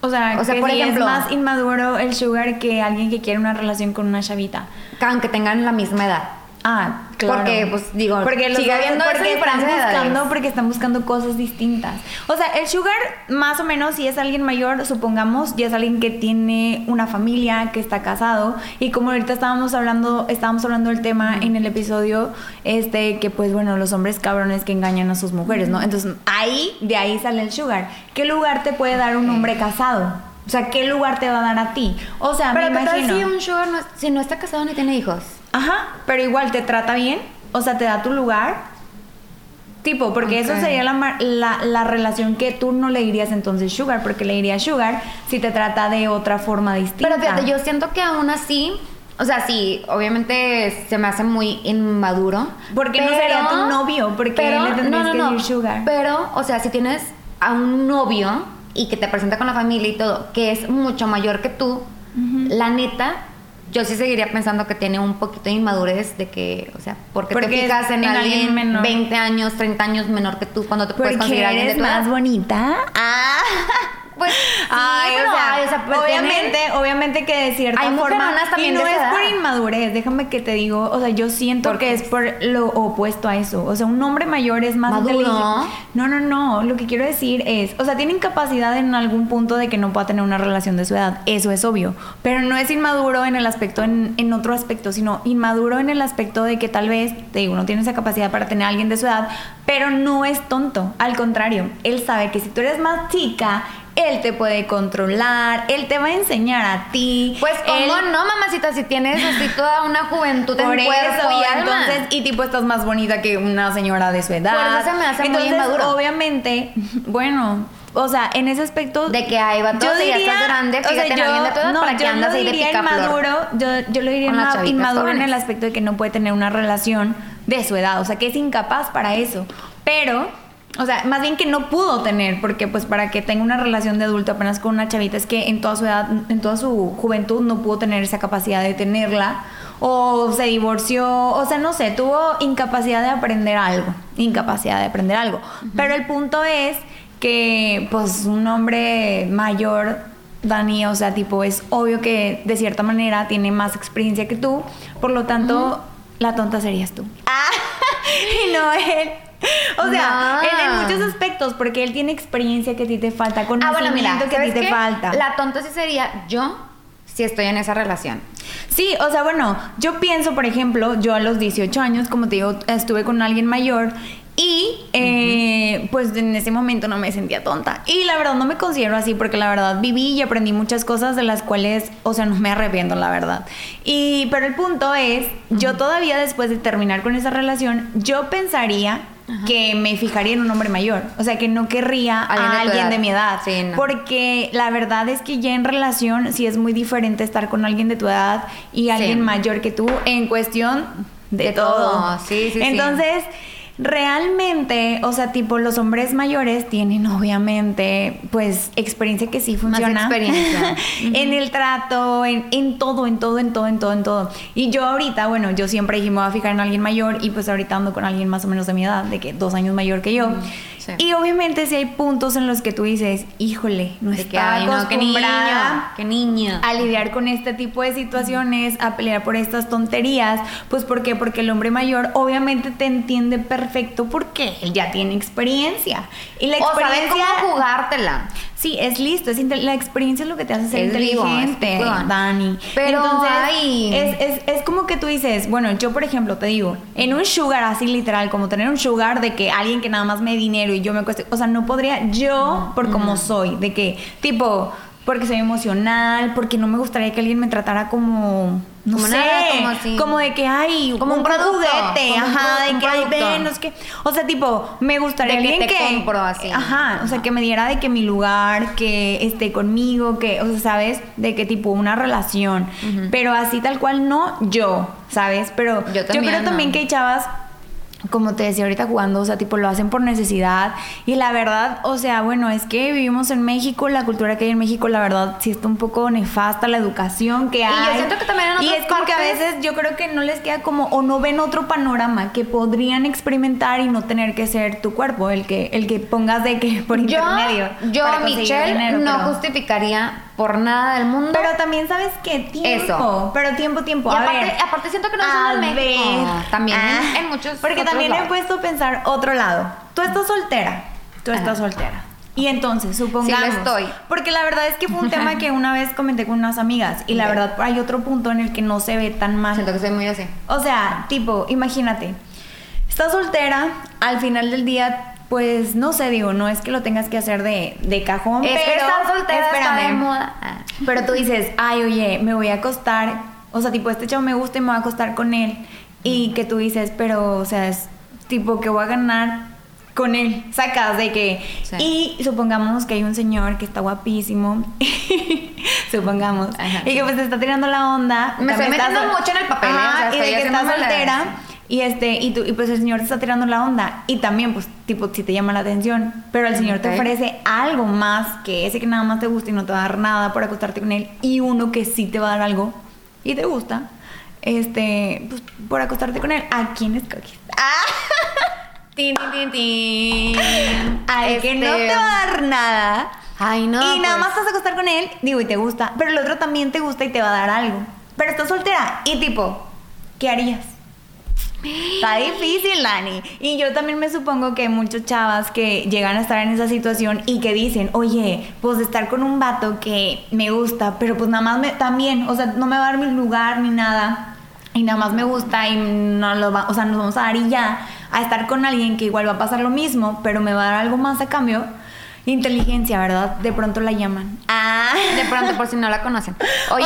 [SPEAKER 1] O sea,
[SPEAKER 2] O sea,
[SPEAKER 1] que
[SPEAKER 2] por
[SPEAKER 1] sí
[SPEAKER 2] ejemplo-
[SPEAKER 1] es más inmaduro el sugar que alguien que quiere una relación con una chavita.
[SPEAKER 2] Aunque tengan la misma edad.
[SPEAKER 1] Ah, claro.
[SPEAKER 2] Porque, pues, digo,
[SPEAKER 1] porque los
[SPEAKER 2] sigue
[SPEAKER 1] dos-
[SPEAKER 2] habiendo
[SPEAKER 1] porque
[SPEAKER 2] esa
[SPEAKER 1] están
[SPEAKER 2] diferencia de edades.
[SPEAKER 1] buscando, porque están buscando cosas distintas. O sea, el sugar, más o menos, si es alguien mayor, supongamos, ya es alguien que tiene una familia, que está casado, y como ahorita estábamos hablando, estábamos hablando del tema en el episodio, este, que pues bueno, los hombres cabrones que engañan a sus mujeres, ¿no? Entonces, ahí, de ahí sale el sugar. ¿Qué lugar te puede dar un hombre casado? O sea, ¿qué lugar te va a dar a ti? O sea,
[SPEAKER 2] pero
[SPEAKER 1] me
[SPEAKER 2] ¿qué tal
[SPEAKER 1] imagino.
[SPEAKER 2] si un sugar no, si no está casado ni tiene hijos?
[SPEAKER 1] Ajá, pero igual te trata bien, o sea, te da tu lugar. Tipo, porque
[SPEAKER 2] Ok.
[SPEAKER 1] eso sería la, ma- la, la relación que tú no le dirías entonces Sugar, porque le dirías Sugar si te trata de otra forma distinta.
[SPEAKER 2] Pero fíjate, yo siento que aún así, o sea, sí, obviamente se me hace muy inmaduro.
[SPEAKER 1] Porque no sería tu novio, porque le tendrías que decir sugar.
[SPEAKER 2] Pero, o sea, si tienes a un novio, y que te presenta con la familia y todo, que es mucho mayor que tú, la neta, yo sí seguiría pensando que tiene un poquito de inmadurez de que, o sea, porque,
[SPEAKER 1] Porque
[SPEAKER 2] te fijas en,
[SPEAKER 1] en alguien
[SPEAKER 2] alguien,
[SPEAKER 1] menor.
[SPEAKER 2] 20 años, 30 años menor que tú cuando te puedes
[SPEAKER 1] Porque
[SPEAKER 2] considerar alguien de
[SPEAKER 1] eres
[SPEAKER 2] tu
[SPEAKER 1] más
[SPEAKER 2] edad?
[SPEAKER 1] bonita.
[SPEAKER 2] Ah, pues sí,
[SPEAKER 1] Ay,
[SPEAKER 2] pero,
[SPEAKER 1] o sea,
[SPEAKER 2] ay, o sea, pues,
[SPEAKER 1] obviamente,
[SPEAKER 2] tienen-
[SPEAKER 1] obviamente que de cierta
[SPEAKER 2] Hay
[SPEAKER 1] forma
[SPEAKER 2] mujeronas también
[SPEAKER 1] y no
[SPEAKER 2] de
[SPEAKER 1] es
[SPEAKER 2] esa
[SPEAKER 1] por
[SPEAKER 2] edad.
[SPEAKER 1] inmadurez, déjame que te digo, o sea, yo siento
[SPEAKER 2] ¿Por
[SPEAKER 1] que
[SPEAKER 2] qué?
[SPEAKER 1] es por lo opuesto a eso, o sea, un hombre mayor es más
[SPEAKER 2] Maduro.
[SPEAKER 1] inteligente. No, no, no, lo que quiero decir es, o sea, tienen capacidad en algún punto de que no pueda tener una relación de su edad, eso es obvio, pero no es inmaduro en el aspecto en, en otro aspecto, sino inmaduro en el aspecto de que tal vez, te digo, no tiene esa capacidad para tener a alguien de su edad, pero no es tonto, al contrario, él sabe que si tú eres más chica, él te puede controlar, él te va a enseñar a ti.
[SPEAKER 2] Pues
[SPEAKER 1] él-
[SPEAKER 2] cómo no, mamacita, si tienes así toda una juventud en
[SPEAKER 1] por
[SPEAKER 2] cuerpo
[SPEAKER 1] eso,
[SPEAKER 2] y
[SPEAKER 1] y
[SPEAKER 2] alma.
[SPEAKER 1] entonces, y tipo estás más bonita que una señora de su edad.
[SPEAKER 2] Por eso se me hace muy
[SPEAKER 1] Entonces,
[SPEAKER 2] inmaduro.
[SPEAKER 1] Obviamente, bueno, o sea, en ese aspecto.
[SPEAKER 2] De que, ay, vato, si ya estás grande, fíjate en alguien de tu edad, ¿para qué
[SPEAKER 1] yo
[SPEAKER 2] andas
[SPEAKER 1] lo
[SPEAKER 2] ahí de
[SPEAKER 1] diría
[SPEAKER 2] picaflor?
[SPEAKER 1] inmaduro, yo, yo lo diría
[SPEAKER 2] Con las
[SPEAKER 1] inma-
[SPEAKER 2] chavitas
[SPEAKER 1] inmaduro en
[SPEAKER 2] jóvenes.
[SPEAKER 1] el aspecto de que no puede tener una relación de su edad, o sea, que es incapaz para eso. Pero. O sea, más bien que no pudo tener, porque pues para que tenga una relación de adulto apenas con una chavita es que en toda su edad, en toda su juventud no pudo tener esa capacidad de tenerla, o se divorció, o sea, no sé, tuvo incapacidad de aprender algo, incapacidad de aprender algo. Pero el punto es que pues un hombre mayor Dani, o sea, tipo, es obvio que de cierta manera tiene más experiencia que tú, por lo tanto, la tonta serías tú.
[SPEAKER 2] Ah.
[SPEAKER 1] y no él. O sea,
[SPEAKER 2] No.
[SPEAKER 1] él en muchos aspectos, porque él tiene experiencia que a ti te falta,
[SPEAKER 2] ah,
[SPEAKER 1] conocimiento
[SPEAKER 2] bueno, mira,
[SPEAKER 1] que a ti
[SPEAKER 2] ¿sabes
[SPEAKER 1] te
[SPEAKER 2] qué?
[SPEAKER 1] falta.
[SPEAKER 2] La tonta sí sería yo si estoy en esa relación.
[SPEAKER 1] Sí, o sea, bueno, yo pienso, por ejemplo, yo a los 18 años, como te digo, estuve con alguien mayor y eh, pues en ese momento no me sentía tonta. Y la verdad no me considero así porque la verdad viví y aprendí muchas cosas de las cuales, o sea, no me arrepiento, la verdad. Y, pero el punto es, yo todavía después de terminar con esa relación, yo pensaría... que me fijaría en un hombre mayor, o sea que no querría
[SPEAKER 2] Alguien de
[SPEAKER 1] a
[SPEAKER 2] tu
[SPEAKER 1] alguien
[SPEAKER 2] edad.
[SPEAKER 1] de mi edad,
[SPEAKER 2] Sí, no.
[SPEAKER 1] Por- porque la verdad es que ya en relación sí es muy diferente estar con alguien de tu edad y alguien mayor que tú en cuestión de,
[SPEAKER 2] De
[SPEAKER 1] todo.
[SPEAKER 2] todo, sí, sí, sí.
[SPEAKER 1] Entonces, realmente, o sea, tipo los hombres mayores tienen obviamente pues experiencia que sí funciona.
[SPEAKER 2] experiencia.
[SPEAKER 1] en el trato, en, en todo, en todo, en todo, en todo, en todo. Y yo ahorita, bueno, yo siempre dije me voy a fijar en alguien mayor y pues ahorita ando con alguien más o menos de mi edad, de que dos años mayor que yo.
[SPEAKER 2] sí.
[SPEAKER 1] Y obviamente si hay puntos en los que tú dices, híjole, no
[SPEAKER 2] De que,
[SPEAKER 1] está
[SPEAKER 2] ay, no, qué niño,
[SPEAKER 1] acostumbrada
[SPEAKER 2] qué niño.
[SPEAKER 1] a lidiar con este tipo de situaciones, a pelear por estas tonterías, pues ¿por qué? Porque el hombre mayor obviamente te entiende perfecto porque él ya tiene experiencia. Y la
[SPEAKER 2] o saber
[SPEAKER 1] experiencia...
[SPEAKER 2] cómo jugártela.
[SPEAKER 1] Sí, es listo, es inte- la experiencia es lo que te hace ser
[SPEAKER 2] Es vivo,
[SPEAKER 1] inteligente,
[SPEAKER 2] es picón.
[SPEAKER 1] Dani.
[SPEAKER 2] Pero,
[SPEAKER 1] Entonces,
[SPEAKER 2] ay.
[SPEAKER 1] Es, es- es como que tú dices, bueno, yo por ejemplo te digo, en un sugar así literal, como tener un sugar de que alguien que nada más me dé dinero y yo me cueste, o sea, no podría yo por como soy, de que tipo porque soy emocional, porque no me gustaría que alguien me tratara como no
[SPEAKER 2] Como
[SPEAKER 1] sé,
[SPEAKER 2] nada, como así.
[SPEAKER 1] de que ay,
[SPEAKER 2] Como un producto,
[SPEAKER 1] juguete,
[SPEAKER 2] como un
[SPEAKER 1] ajá,
[SPEAKER 2] pro-
[SPEAKER 1] de
[SPEAKER 2] un
[SPEAKER 1] que ay,
[SPEAKER 2] producto.
[SPEAKER 1] ven, no sé qué. O sea, tipo, me gustaría
[SPEAKER 2] De que
[SPEAKER 1] alguien
[SPEAKER 2] te
[SPEAKER 1] que
[SPEAKER 2] compro así.
[SPEAKER 1] Ajá, o sea, que me diera de que mi lugar, que esté conmigo, que, o sea, ¿sabes? De que tipo una relación. Pero así tal cual no yo, ¿sabes? Pero
[SPEAKER 2] Yo
[SPEAKER 1] yo, creo
[SPEAKER 2] también, no.
[SPEAKER 1] también que hay chavas, como te decía ahorita jugando, o sea, tipo lo hacen por necesidad. Y la verdad, o sea, bueno, es que vivimos en México, la cultura que hay en México, la verdad, sí está un poco nefasta, la educación que
[SPEAKER 2] yo
[SPEAKER 1] hay.
[SPEAKER 2] siento que también en
[SPEAKER 1] Y
[SPEAKER 2] otras
[SPEAKER 1] es como que a
[SPEAKER 2] partes-
[SPEAKER 1] veces yo creo que no les queda como, o no ven otro panorama que podrían experimentar y no tener que ser tu cuerpo, el que, el que pongas de que por
[SPEAKER 2] yo,
[SPEAKER 1] intermedio.
[SPEAKER 2] yo
[SPEAKER 1] para conseguir
[SPEAKER 2] Michelle,
[SPEAKER 1] dinero,
[SPEAKER 2] no
[SPEAKER 1] pero-
[SPEAKER 2] justificaría por nada del mundo.
[SPEAKER 1] Pero también sabes que tiempo.
[SPEAKER 2] Eso.
[SPEAKER 1] Pero tiempo, tiempo.
[SPEAKER 2] Y
[SPEAKER 1] a
[SPEAKER 2] aparte-
[SPEAKER 1] ver.
[SPEAKER 2] aparte siento que no solo
[SPEAKER 1] A
[SPEAKER 2] en México, Ah,
[SPEAKER 1] ver. Ah,
[SPEAKER 2] también en- en muchos
[SPEAKER 1] Porque
[SPEAKER 2] otros
[SPEAKER 1] también he
[SPEAKER 2] lados.
[SPEAKER 1] puesto a pensar otro lado. Tú estás soltera. Tú estás
[SPEAKER 2] Ajá.
[SPEAKER 1] soltera. Y entonces, supongamos.
[SPEAKER 2] estoy.
[SPEAKER 1] Porque la verdad es que fue un tema que una vez comenté con unas amigas. Y la
[SPEAKER 2] Ok.
[SPEAKER 1] verdad, hay otro punto en el que no se ve tan mal.
[SPEAKER 2] siento que soy muy así.
[SPEAKER 1] O sea, tipo, imagínate, estás soltera, al final del día, pues no sé, digo, no es que lo tengas que hacer de, de cajón,
[SPEAKER 2] es
[SPEAKER 1] pero
[SPEAKER 2] que estar soltera está de
[SPEAKER 1] espérame.
[SPEAKER 2] moda. Ah.
[SPEAKER 1] Pero tú dices, ay, oye, me voy a acostar, o sea, tipo, este chavo me gusta y me voy a acostar con él. Y que tú dices, pero, o sea, es tipo que voy a ganar con él, sacas de que...
[SPEAKER 2] Sí.
[SPEAKER 1] Y supongamos que hay un señor que está guapísimo, supongamos,
[SPEAKER 2] Ajá,
[SPEAKER 1] y que
[SPEAKER 2] sí.
[SPEAKER 1] pues te está tirando la onda.
[SPEAKER 2] Me estoy
[SPEAKER 1] también estás
[SPEAKER 2] metiendo
[SPEAKER 1] sol-
[SPEAKER 2] mucho en el papel, ¿eh? O
[SPEAKER 1] Ajá, y
[SPEAKER 2] sea, estoy
[SPEAKER 1] de que
[SPEAKER 2] haciendo
[SPEAKER 1] estás
[SPEAKER 2] mala-
[SPEAKER 1] soltera Y este, y, tú, y pues el señor te está tirando la onda. Y también, pues, tipo, si te llama la atención. Pero el señor
[SPEAKER 2] Ok.
[SPEAKER 1] te ofrece algo más que ese que nada más te gusta y no te va a dar nada por acostarte con él. Y uno que sí te va a dar algo y te gusta. Este, pues, por acostarte con él. ¿A quién escoges?
[SPEAKER 2] Tin, tin, tin, tin.
[SPEAKER 1] Al que no
[SPEAKER 2] Este,
[SPEAKER 1] te va a dar nada.
[SPEAKER 2] Ay, no.
[SPEAKER 1] y nada
[SPEAKER 2] pues.
[SPEAKER 1] más te vas a acostar con él, digo, y te gusta. Pero el otro también te gusta y te va a dar algo. Pero estás soltera. Y tipo, ¿qué harías? Está difícil, Lani. Y yo también me supongo que hay muchas chavas que llegan a estar en esa situación y que dicen, oye, pues de estar con un vato que me gusta, pero pues nada más me, también, o sea, no me va a dar mi lugar ni nada. Y nada más me gusta y no lo va, o sea, nos vamos a dar y ya, a estar con alguien que igual va a pasar lo mismo, pero me va a dar algo más a cambio. Inteligencia, ¿verdad? De pronto la llaman. Ah.
[SPEAKER 2] De pronto, por si no la conocen. Oye.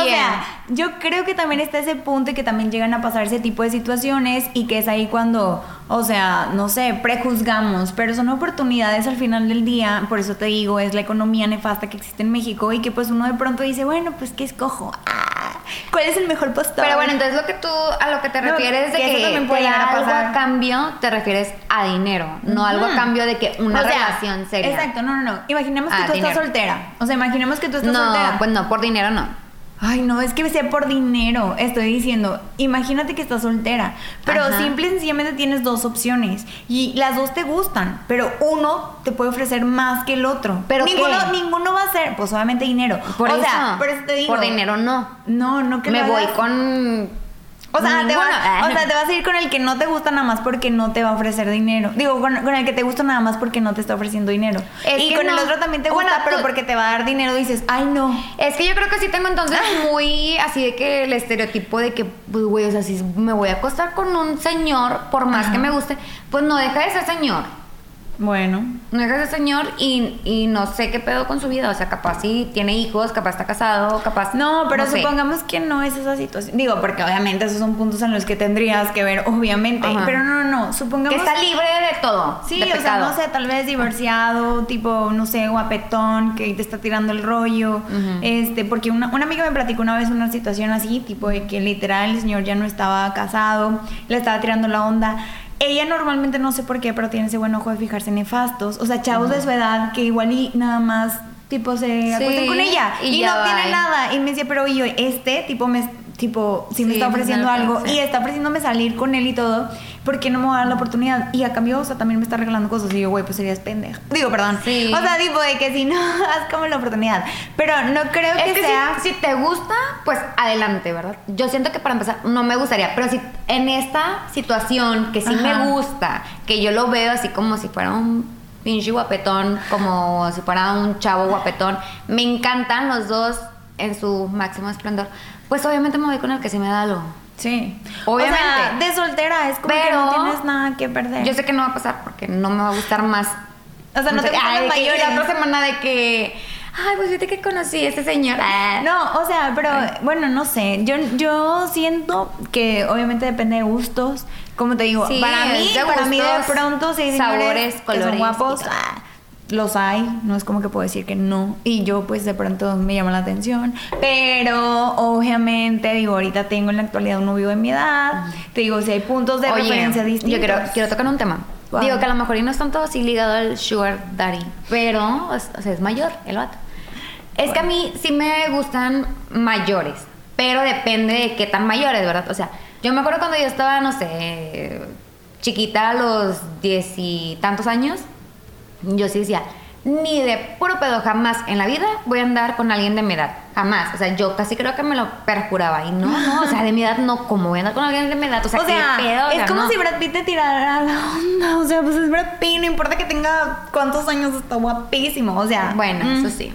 [SPEAKER 1] O sea, yo creo que también está ese punto y que también llegan a pasar ese tipo de situaciones y que es ahí cuando, o sea, no sé, prejuzgamos, pero son oportunidades al final del día, por eso te digo, es la economía nefasta que existe en México y que pues uno de pronto dice, bueno, pues ¿qué escojo? Ah, ¿Cuál es el mejor postor?
[SPEAKER 2] pero bueno, entonces lo que tú, a lo que te
[SPEAKER 1] No,
[SPEAKER 2] refieres de
[SPEAKER 1] que eso
[SPEAKER 2] que,
[SPEAKER 1] también puede
[SPEAKER 2] te da
[SPEAKER 1] llegar a
[SPEAKER 2] algo
[SPEAKER 1] pasar.
[SPEAKER 2] a cambio, te refieres a dinero, no algo a
[SPEAKER 1] Ujú.
[SPEAKER 2] cambio de que una
[SPEAKER 1] O sea,
[SPEAKER 2] relación seria.
[SPEAKER 1] Exacto, no, no, no. Imaginemos que
[SPEAKER 2] Ah,
[SPEAKER 1] tú
[SPEAKER 2] dinero.
[SPEAKER 1] estás soltera. O sea, imaginemos que tú estás
[SPEAKER 2] No,
[SPEAKER 1] soltera.
[SPEAKER 2] pues no, por dinero no.
[SPEAKER 1] Ay, no, es que sea por dinero, estoy diciendo. Imagínate que estás soltera, pero
[SPEAKER 2] Ajá.
[SPEAKER 1] simple y sencillamente tienes dos opciones y las dos te gustan, pero uno te puede ofrecer más que el otro.
[SPEAKER 2] ¿Pero qué?
[SPEAKER 1] ninguno, ninguno va a ser, pues obviamente dinero.
[SPEAKER 2] Por
[SPEAKER 1] o
[SPEAKER 2] eso,
[SPEAKER 1] sea, por eso te digo.
[SPEAKER 2] por dinero no.
[SPEAKER 1] No, no que
[SPEAKER 2] Me
[SPEAKER 1] lo
[SPEAKER 2] voy
[SPEAKER 1] hagas.
[SPEAKER 2] con.
[SPEAKER 1] O sea, te
[SPEAKER 2] ninguno.
[SPEAKER 1] va- o sea, te vas a ir con el que no te gusta nada más porque no te va a ofrecer dinero. Digo, con, con el que te gusta nada más porque no te está ofreciendo dinero.
[SPEAKER 2] Es
[SPEAKER 1] y
[SPEAKER 2] que
[SPEAKER 1] con el
[SPEAKER 2] no.
[SPEAKER 1] otro también te gusta,
[SPEAKER 2] Bueno,
[SPEAKER 1] pero
[SPEAKER 2] tú-
[SPEAKER 1] porque te va a dar dinero dices, ay no.
[SPEAKER 2] Es que yo creo que sí tengo entonces
[SPEAKER 1] Ah.
[SPEAKER 2] muy así de que el estereotipo de que, pues, güey, o sea, si me voy a acostar con un señor, por más
[SPEAKER 1] Ajá.
[SPEAKER 2] que me guste, pues no deja de ser señor.
[SPEAKER 1] Bueno,
[SPEAKER 2] No deja de ser señor y, y no sé qué pedo con su vida. O sea, capaz sí tiene hijos, capaz está casado, capaz.
[SPEAKER 1] No, pero
[SPEAKER 2] sé.
[SPEAKER 1] supongamos que no es esa situación. Digo, porque obviamente esos son puntos en los que tendrías que ver, obviamente.
[SPEAKER 2] Ajá.
[SPEAKER 1] Pero no, no, no.
[SPEAKER 2] Que
[SPEAKER 1] Supongamos
[SPEAKER 2] está libre de todo.
[SPEAKER 1] Sí,
[SPEAKER 2] de
[SPEAKER 1] o sea,
[SPEAKER 2] pecado.
[SPEAKER 1] no sé, tal vez divorciado, tipo, no sé, guapetón, que te está tirando el rollo. Este, porque una, una amiga me platicó una vez una situación así, tipo, de que literal el señor ya no estaba casado, le estaba tirando la onda. Ella normalmente no sé por qué, pero tiene ese buen ojo de fijarse en nefastos. O sea, chavos de su edad que igual y nada más, tipo, se acuestan con ella
[SPEAKER 2] y
[SPEAKER 1] y,
[SPEAKER 2] ya
[SPEAKER 1] no tiene
[SPEAKER 2] bye.
[SPEAKER 1] nada. Y me decía, pero yo, este, tipo, me. Tipo, si me
[SPEAKER 2] Sí,
[SPEAKER 1] está
[SPEAKER 2] pues,
[SPEAKER 1] ofreciendo
[SPEAKER 2] no
[SPEAKER 1] algo
[SPEAKER 2] alcanza.
[SPEAKER 1] y está ofreciéndome salir con él y todo, ¿por qué no me va a dar la oportunidad? Y a cambio, o sea, también me está regalando cosas. Y yo, güey, pues serías pendeja. Digo, perdón.
[SPEAKER 2] Sí.
[SPEAKER 1] O sea, tipo de que si no, haz como la oportunidad. Pero no creo
[SPEAKER 2] Es que
[SPEAKER 1] que, sea.
[SPEAKER 2] si, si te gusta, pues adelante, ¿verdad? Yo siento que para empezar no me gustaría, pero si en esta situación que sí
[SPEAKER 1] Ajá.
[SPEAKER 2] me gusta, que yo lo veo así como si fuera un pinche guapetón, como si fuera un chavo guapetón, me encantan los dos en su máximo esplendor, pues obviamente me voy con el que sí me da algo.
[SPEAKER 1] Sí.
[SPEAKER 2] Obviamente.
[SPEAKER 1] O sea, de soltera es como que
[SPEAKER 2] Pero-
[SPEAKER 1] no tienes nada que perder.
[SPEAKER 2] Yo sé que no va a pasar porque no me va a gustar más.
[SPEAKER 1] O sea, no te
[SPEAKER 2] sé,
[SPEAKER 1] gustan
[SPEAKER 2] ay,
[SPEAKER 1] los
[SPEAKER 2] de que- y la
[SPEAKER 1] mayores.
[SPEAKER 2] otra semana de que, ay, pues fíjate que conocí a este señor. Ah.
[SPEAKER 1] No, o sea, pero bueno, no sé. Yo, yo siento que obviamente depende de gustos. Como te digo,
[SPEAKER 2] Sí,
[SPEAKER 1] para mí,
[SPEAKER 2] es de
[SPEAKER 1] para mí de
[SPEAKER 2] gustos,
[SPEAKER 1] pronto, sí,
[SPEAKER 2] sabores,
[SPEAKER 1] colores, que
[SPEAKER 2] colores
[SPEAKER 1] son
[SPEAKER 2] y
[SPEAKER 1] guapos,
[SPEAKER 2] todo.
[SPEAKER 1] ah, los hay. No es como que puedo decir que no. Y yo, pues, de pronto me llama la atención. Pero, obviamente, digo, ahorita tengo en la actualidad un novio de mi edad. Te digo, si hay puntos de
[SPEAKER 2] Oye,
[SPEAKER 1] referencia distintos.
[SPEAKER 2] Yo quiero, quiero tocar un tema.
[SPEAKER 1] ¿Cuál?
[SPEAKER 2] Digo que a lo mejor y no es tanto así ligado al sugar daddy, pero o sea, es mayor el vato. Es que a mí sí me gustan mayores, pero depende de qué tan mayores, ¿verdad? O sea, yo me acuerdo cuando yo estaba, no sé, chiquita a los diez y tantos años, yo sí decía, ni de puro pedo jamás en la vida voy a andar con alguien de mi edad. Jamás. O sea, yo casi creo que me lo perjuraba. Y no, no, o sea, de mi edad no, como voy a andar con alguien de mi edad. O sea,
[SPEAKER 1] O sea,
[SPEAKER 2] ¿qué pedo? O sea,
[SPEAKER 1] es como
[SPEAKER 2] no.
[SPEAKER 1] si Brad Pitt te tirara la onda. O sea, pues es Brad Pitt, no importa que tenga cuántos años, está guapísimo. O sea,
[SPEAKER 2] Bueno,
[SPEAKER 1] mm.
[SPEAKER 2] eso sí.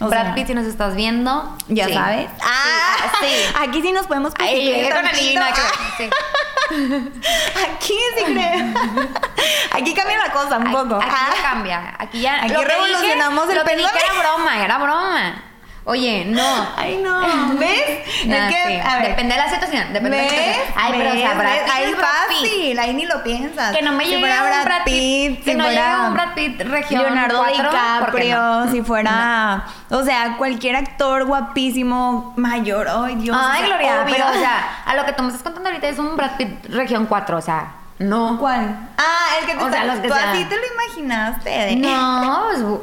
[SPEAKER 1] O
[SPEAKER 2] Brad
[SPEAKER 1] sea,
[SPEAKER 2] Pitt, si nos estás viendo,
[SPEAKER 1] Ya
[SPEAKER 2] sí.
[SPEAKER 1] sabes.
[SPEAKER 2] Sí, ah, sí.
[SPEAKER 1] Aquí sí nos podemos
[SPEAKER 2] Ay, yo
[SPEAKER 1] piquetear
[SPEAKER 2] llegué con
[SPEAKER 1] tantito.
[SPEAKER 2] anillo y nada que
[SPEAKER 1] Ah,
[SPEAKER 2] ver, sí.
[SPEAKER 1] Aquí sí creo. Aquí cambia la cosa un
[SPEAKER 2] Ay,
[SPEAKER 1] poco.
[SPEAKER 2] Aquí
[SPEAKER 1] Ah.
[SPEAKER 2] no cambia. Aquí ya.
[SPEAKER 1] Aquí
[SPEAKER 2] lo que dije-
[SPEAKER 1] revolucionamos el
[SPEAKER 2] lo que dije
[SPEAKER 1] pensamiento.
[SPEAKER 2] era broma, era broma. Oye, no.
[SPEAKER 1] Ay, no. ¿Ves?
[SPEAKER 2] Nah,
[SPEAKER 1] es que,
[SPEAKER 2] sí.
[SPEAKER 1] a ver.
[SPEAKER 2] depende de la situación. Depende de la
[SPEAKER 1] ¿Ves?
[SPEAKER 2] situación. Ay, pero o
[SPEAKER 1] ¿Ves?
[SPEAKER 2] sea, Brad
[SPEAKER 1] ¿Ves?
[SPEAKER 2] Pitt
[SPEAKER 1] Ahí
[SPEAKER 2] es Brad Pitt.
[SPEAKER 1] fácil, ahí ni lo piensas.
[SPEAKER 2] Que no me
[SPEAKER 1] Si
[SPEAKER 2] llegue
[SPEAKER 1] fuera
[SPEAKER 2] un
[SPEAKER 1] Brad
[SPEAKER 2] Brad Pitt.
[SPEAKER 1] Pitt,
[SPEAKER 2] que
[SPEAKER 1] si
[SPEAKER 2] no llegue
[SPEAKER 1] fuera
[SPEAKER 2] un Brad Pitt región
[SPEAKER 1] Leonardo
[SPEAKER 2] cuatro, ¿por qué
[SPEAKER 1] DiCaprio,
[SPEAKER 2] no?
[SPEAKER 1] si fuera, o sea, cualquier actor guapísimo, mayor, ay Dios.
[SPEAKER 2] Ay,
[SPEAKER 1] o sea,
[SPEAKER 2] Gloria,
[SPEAKER 1] obvio.
[SPEAKER 2] pero o sea, a lo que tú me estás contando ahorita es un Brad Pitt región 4, o sea, no.
[SPEAKER 1] ¿Cuál? Ah, el que te
[SPEAKER 2] O sea,
[SPEAKER 1] está-
[SPEAKER 2] los que
[SPEAKER 1] tú
[SPEAKER 2] sean.
[SPEAKER 1] así te lo imaginaste. de-
[SPEAKER 2] No, pues, bu-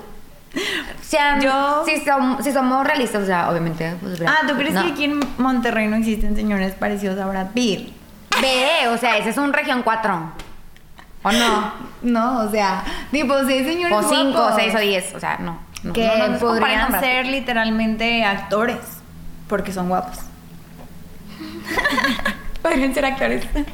[SPEAKER 2] sean-
[SPEAKER 1] Yo-
[SPEAKER 2] si, som- si somos realistas, o sea, obviamente, pues, Brad
[SPEAKER 1] Ah, ¿tú
[SPEAKER 2] Pitt,
[SPEAKER 1] crees
[SPEAKER 2] no.
[SPEAKER 1] que aquí en Monterrey no existen señores parecidos a Brad Pitt?
[SPEAKER 2] Ve, o sea, ese es un región 4. ¿O no?
[SPEAKER 1] No, o sea, tipo, si hay señores
[SPEAKER 2] O 5, o
[SPEAKER 1] guapos
[SPEAKER 2] 6 o 10, o sea, no. no,
[SPEAKER 1] que
[SPEAKER 2] no, no, no se comparan con
[SPEAKER 1] podrían
[SPEAKER 2] Brad Pitt.
[SPEAKER 1] ser literalmente actores porque son guapos. podrían ser actores.
[SPEAKER 2] Oye,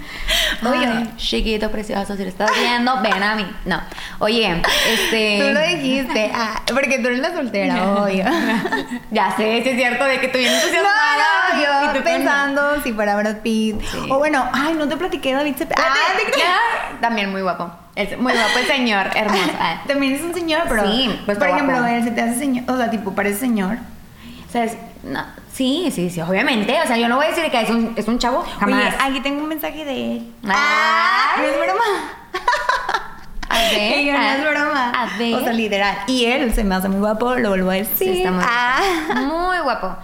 [SPEAKER 2] Ah.
[SPEAKER 1] Oye,
[SPEAKER 2] chiquito, precioso, si lo estás viendo, ven a mí. No. Oye,
[SPEAKER 1] tú
[SPEAKER 2] este.
[SPEAKER 1] lo dijiste, ah, porque tú eres la soltera, obvio.
[SPEAKER 2] Ya sé, sí es cierto, de que tú
[SPEAKER 1] No,
[SPEAKER 2] vienes
[SPEAKER 1] no,
[SPEAKER 2] entusiasmada.
[SPEAKER 1] yo pensando si fuera Brad Pitt.
[SPEAKER 2] Sí.
[SPEAKER 1] O bueno, ay, no te platiqué, David Cepeda. Ah, te creas.
[SPEAKER 2] También muy guapo. Es muy guapo el señor, hermoso. Ah.
[SPEAKER 1] También es un señor, pero.
[SPEAKER 2] Sí, pues,
[SPEAKER 1] por
[SPEAKER 2] está
[SPEAKER 1] ejemplo,
[SPEAKER 2] guapo.
[SPEAKER 1] él se te hace señor. O sea, tipo, parece señor.
[SPEAKER 2] O sea, es- no, sí, sí, sí, obviamente. O sea, yo no voy a decir que es un, es un chavo, jamás. Ah.
[SPEAKER 1] Oye, aquí tengo un mensaje de él. Ah,
[SPEAKER 2] Ay.
[SPEAKER 1] no es broma.
[SPEAKER 2] a ver,
[SPEAKER 1] Ella
[SPEAKER 2] a-
[SPEAKER 1] no es broma.
[SPEAKER 2] ¿Eh? Ah. A ver.
[SPEAKER 1] O sea, literal. Y él se me hace muy guapo, lo vuelvo a decir.
[SPEAKER 2] Sí, está muy
[SPEAKER 1] Ah.
[SPEAKER 2] guapo. Muy guapo.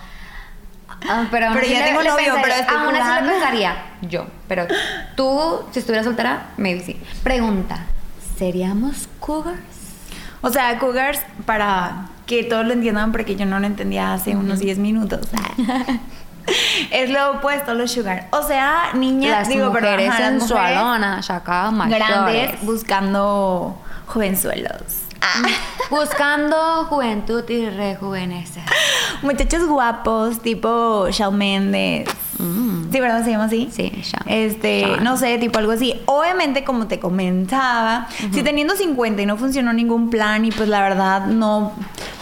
[SPEAKER 2] Ah, pero aún
[SPEAKER 1] Pero
[SPEAKER 2] así
[SPEAKER 1] ya
[SPEAKER 2] le-
[SPEAKER 1] tengo
[SPEAKER 2] le
[SPEAKER 1] novio,
[SPEAKER 2] pensaría-
[SPEAKER 1] pero estoy
[SPEAKER 2] Aún así
[SPEAKER 1] jugando.
[SPEAKER 2] le pensaría yo. Pero tú, si estuvieras soltera, maybe sí. Pregunta, ¿seríamos cougars?
[SPEAKER 1] O sea, cougars, para que todos lo entiendan, porque yo no lo entendía hace unos 10 minutos. es lo opuesto a los sugar. O sea, niñas,
[SPEAKER 2] Las
[SPEAKER 1] digo, perdón,
[SPEAKER 2] mujeres
[SPEAKER 1] ajá, las mujeres
[SPEAKER 2] sensualonas, acá mayores. Mm,
[SPEAKER 1] grandes buscando jovenzuelos. Ah.
[SPEAKER 2] Buscando juventud y rejuvenecer.
[SPEAKER 1] Muchachos guapos, tipo Shawn Mendes.
[SPEAKER 2] Mm.
[SPEAKER 1] Sí, ¿verdad? ¿Se llama así?
[SPEAKER 2] Sí, Shawn.
[SPEAKER 1] Este,
[SPEAKER 2] Shawn.
[SPEAKER 1] no sé, tipo algo así. Obviamente, como te comentaba, si teniendo 50 y no funcionó ningún plan y pues la verdad no,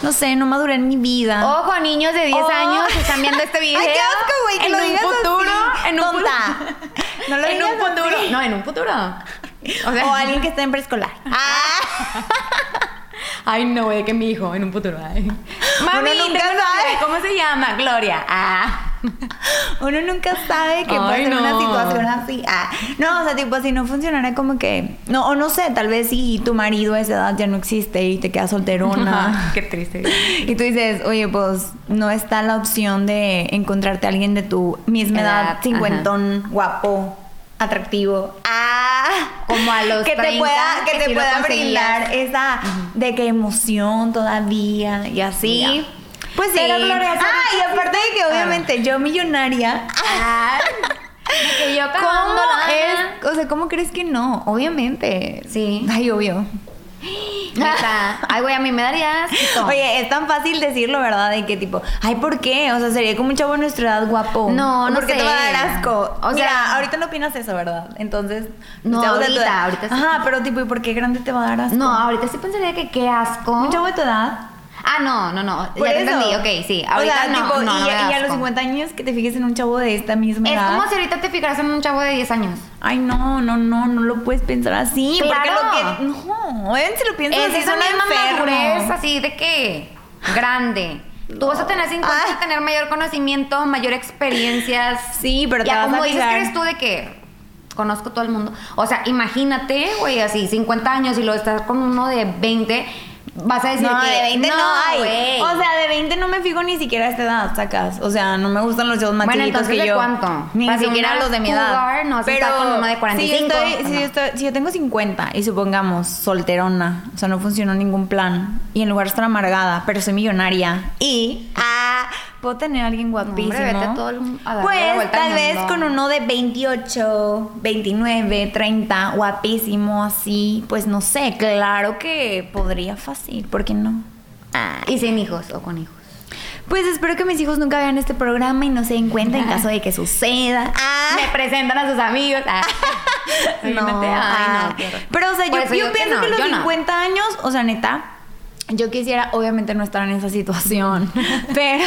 [SPEAKER 1] no sé, no maduré en mi vida.
[SPEAKER 2] Ojo, niños de 10
[SPEAKER 1] Oh.
[SPEAKER 2] años que están viendo este video.
[SPEAKER 1] Ay, qué asco, güey, que
[SPEAKER 2] en
[SPEAKER 1] lo
[SPEAKER 2] un
[SPEAKER 1] digas
[SPEAKER 2] futuro,
[SPEAKER 1] así,
[SPEAKER 2] en un futuro.
[SPEAKER 1] tonta. No lo
[SPEAKER 2] en un
[SPEAKER 1] digas
[SPEAKER 2] futuro.
[SPEAKER 1] así.
[SPEAKER 2] No, en un futuro.
[SPEAKER 1] O, alguien que esté en preescolar.
[SPEAKER 2] Ah. Ay, no, güey, que mi hijo en un futuro. ay. Mami,
[SPEAKER 1] Uno nunca
[SPEAKER 2] tengo una
[SPEAKER 1] sabe.
[SPEAKER 2] idea, ¿cómo se llama? Gloria. Ah.
[SPEAKER 1] Uno nunca sabe que puede
[SPEAKER 2] Ay,
[SPEAKER 1] ser una
[SPEAKER 2] no.
[SPEAKER 1] situación así. Ah, no, o sea, tipo, si no funcionara como que. No, o no sé, tal vez si tu marido a esa edad ya no existe y te quedas solterona.
[SPEAKER 2] Ah, Qué triste.
[SPEAKER 1] Y tú dices, oye, pues no está la opción de encontrarte a alguien de tu misma edad,
[SPEAKER 2] Edad,
[SPEAKER 1] cincuentón, guapo, atractivo. Ah,
[SPEAKER 2] Como a los
[SPEAKER 1] que te
[SPEAKER 2] 30,
[SPEAKER 1] pueda, que
[SPEAKER 2] que
[SPEAKER 1] te
[SPEAKER 2] sí lo
[SPEAKER 1] pueda
[SPEAKER 2] conseguías.
[SPEAKER 1] brindar esa de que emoción todavía y así.
[SPEAKER 2] Ya.
[SPEAKER 1] Pues sí.
[SPEAKER 2] Pero, Gloria, eso
[SPEAKER 1] ah, y
[SPEAKER 2] ahorita
[SPEAKER 1] aparte de que
[SPEAKER 2] Ah.
[SPEAKER 1] obviamente yo millonaria.
[SPEAKER 2] Ay, de que yo
[SPEAKER 1] Ah. ¿Cómo
[SPEAKER 2] cagando lana.
[SPEAKER 1] es? O sea, ¿cómo crees que no? Obviamente.
[SPEAKER 2] Sí.
[SPEAKER 1] Ay, obvio.
[SPEAKER 2] Neta. Ay, güey, a mí me daría asquito.
[SPEAKER 1] Oye, es tan fácil decirlo, ¿verdad? De que tipo, ay, ¿por qué? O sea, sería como un chavo de nuestra edad guapo.
[SPEAKER 2] No, no
[SPEAKER 1] ¿Por qué te
[SPEAKER 2] sé.
[SPEAKER 1] va a dar asco?
[SPEAKER 2] O
[SPEAKER 1] O
[SPEAKER 2] sea-
[SPEAKER 1] sea, ahorita no opinas eso, ¿verdad? Entonces,
[SPEAKER 2] No,
[SPEAKER 1] chavos de tu
[SPEAKER 2] ahorita,
[SPEAKER 1] edad-
[SPEAKER 2] ahorita sí.
[SPEAKER 1] Ajá, pero tipo, ¿y por qué grande te va a dar asco?
[SPEAKER 2] No, ahorita sí pensaría que qué asco.
[SPEAKER 1] Un chavo de tu edad.
[SPEAKER 2] Ah, no, no, no.
[SPEAKER 1] Por
[SPEAKER 2] ya te
[SPEAKER 1] eso.
[SPEAKER 2] entendí, ok, sí.
[SPEAKER 1] O
[SPEAKER 2] Ahorita
[SPEAKER 1] sea,
[SPEAKER 2] no,
[SPEAKER 1] tipo,
[SPEAKER 2] no,
[SPEAKER 1] y,
[SPEAKER 2] no me da
[SPEAKER 1] y a los
[SPEAKER 2] asco.
[SPEAKER 1] 50 años que te fijes en un chavo de esta misma
[SPEAKER 2] Es
[SPEAKER 1] edad.
[SPEAKER 2] como si ahorita te fijaras en un chavo de 10 años.
[SPEAKER 1] Ay, no, no, no, no lo puedes pensar así.
[SPEAKER 2] Claro.
[SPEAKER 1] Porque lo que. No, él se lo piensa
[SPEAKER 2] Es
[SPEAKER 1] así,
[SPEAKER 2] esa
[SPEAKER 1] son
[SPEAKER 2] misma madurez,
[SPEAKER 1] enfermos.
[SPEAKER 2] así de que grande. Tú vas a tener 50
[SPEAKER 1] Ah.
[SPEAKER 2] y tener mayor conocimiento, mayor experiencias.
[SPEAKER 1] Sí, pero te
[SPEAKER 2] ya
[SPEAKER 1] vas
[SPEAKER 2] como
[SPEAKER 1] a
[SPEAKER 2] dices
[SPEAKER 1] fijar.
[SPEAKER 2] que eres tú de que conozco todo el mundo. O sea, imagínate, güey, así 50 años y lo estás con uno de 20, vas a decir
[SPEAKER 1] No,
[SPEAKER 2] que
[SPEAKER 1] de 20 no, hay.
[SPEAKER 2] güey".
[SPEAKER 1] O sea, de 20 no me fijo ni siquiera a esta edad, sacas. O sea, no me gustan los chavos más
[SPEAKER 2] Bueno,
[SPEAKER 1] chiquitos
[SPEAKER 2] entonces,
[SPEAKER 1] que
[SPEAKER 2] ¿de
[SPEAKER 1] yo.
[SPEAKER 2] cuánto?
[SPEAKER 1] Ni
[SPEAKER 2] Para
[SPEAKER 1] siquiera
[SPEAKER 2] una
[SPEAKER 1] los de mi edad.
[SPEAKER 2] cougar, no vas a estar con uno de
[SPEAKER 1] si yo,
[SPEAKER 2] 45,
[SPEAKER 1] estoy-
[SPEAKER 2] ¿o
[SPEAKER 1] si,
[SPEAKER 2] no?
[SPEAKER 1] yo estoy- si yo tengo 50 y supongamos solterona, o sea, no funcionó ningún plan y en lugar de estar amargada, pero soy millonaria y ah, puedo tener a alguien guapísimo.
[SPEAKER 2] hombre, vete a todo el- a darle la
[SPEAKER 1] pues
[SPEAKER 2] vuelta al
[SPEAKER 1] tal vez
[SPEAKER 2] mundo.
[SPEAKER 1] con uno de 28, 29, 30, guapísimo así, pues no sé, claro que podría fácil, ¿por qué no? Ah.
[SPEAKER 2] Y sin hijos o con hijos.
[SPEAKER 1] Pues espero que mis hijos nunca vean este programa y no se den cuenta en caso de que suceda. Ah,
[SPEAKER 2] Me presentan a sus amigos. ah.
[SPEAKER 1] no,
[SPEAKER 2] Imagínate, ay,
[SPEAKER 1] ah.
[SPEAKER 2] no, qué horror.
[SPEAKER 1] Pero, o sea, yo,
[SPEAKER 2] Por eso
[SPEAKER 1] yo
[SPEAKER 2] que
[SPEAKER 1] pienso
[SPEAKER 2] no,
[SPEAKER 1] que los
[SPEAKER 2] yo no.
[SPEAKER 1] 50 años, o sea, neta, yo quisiera, obviamente, no estar en esa situación. pero,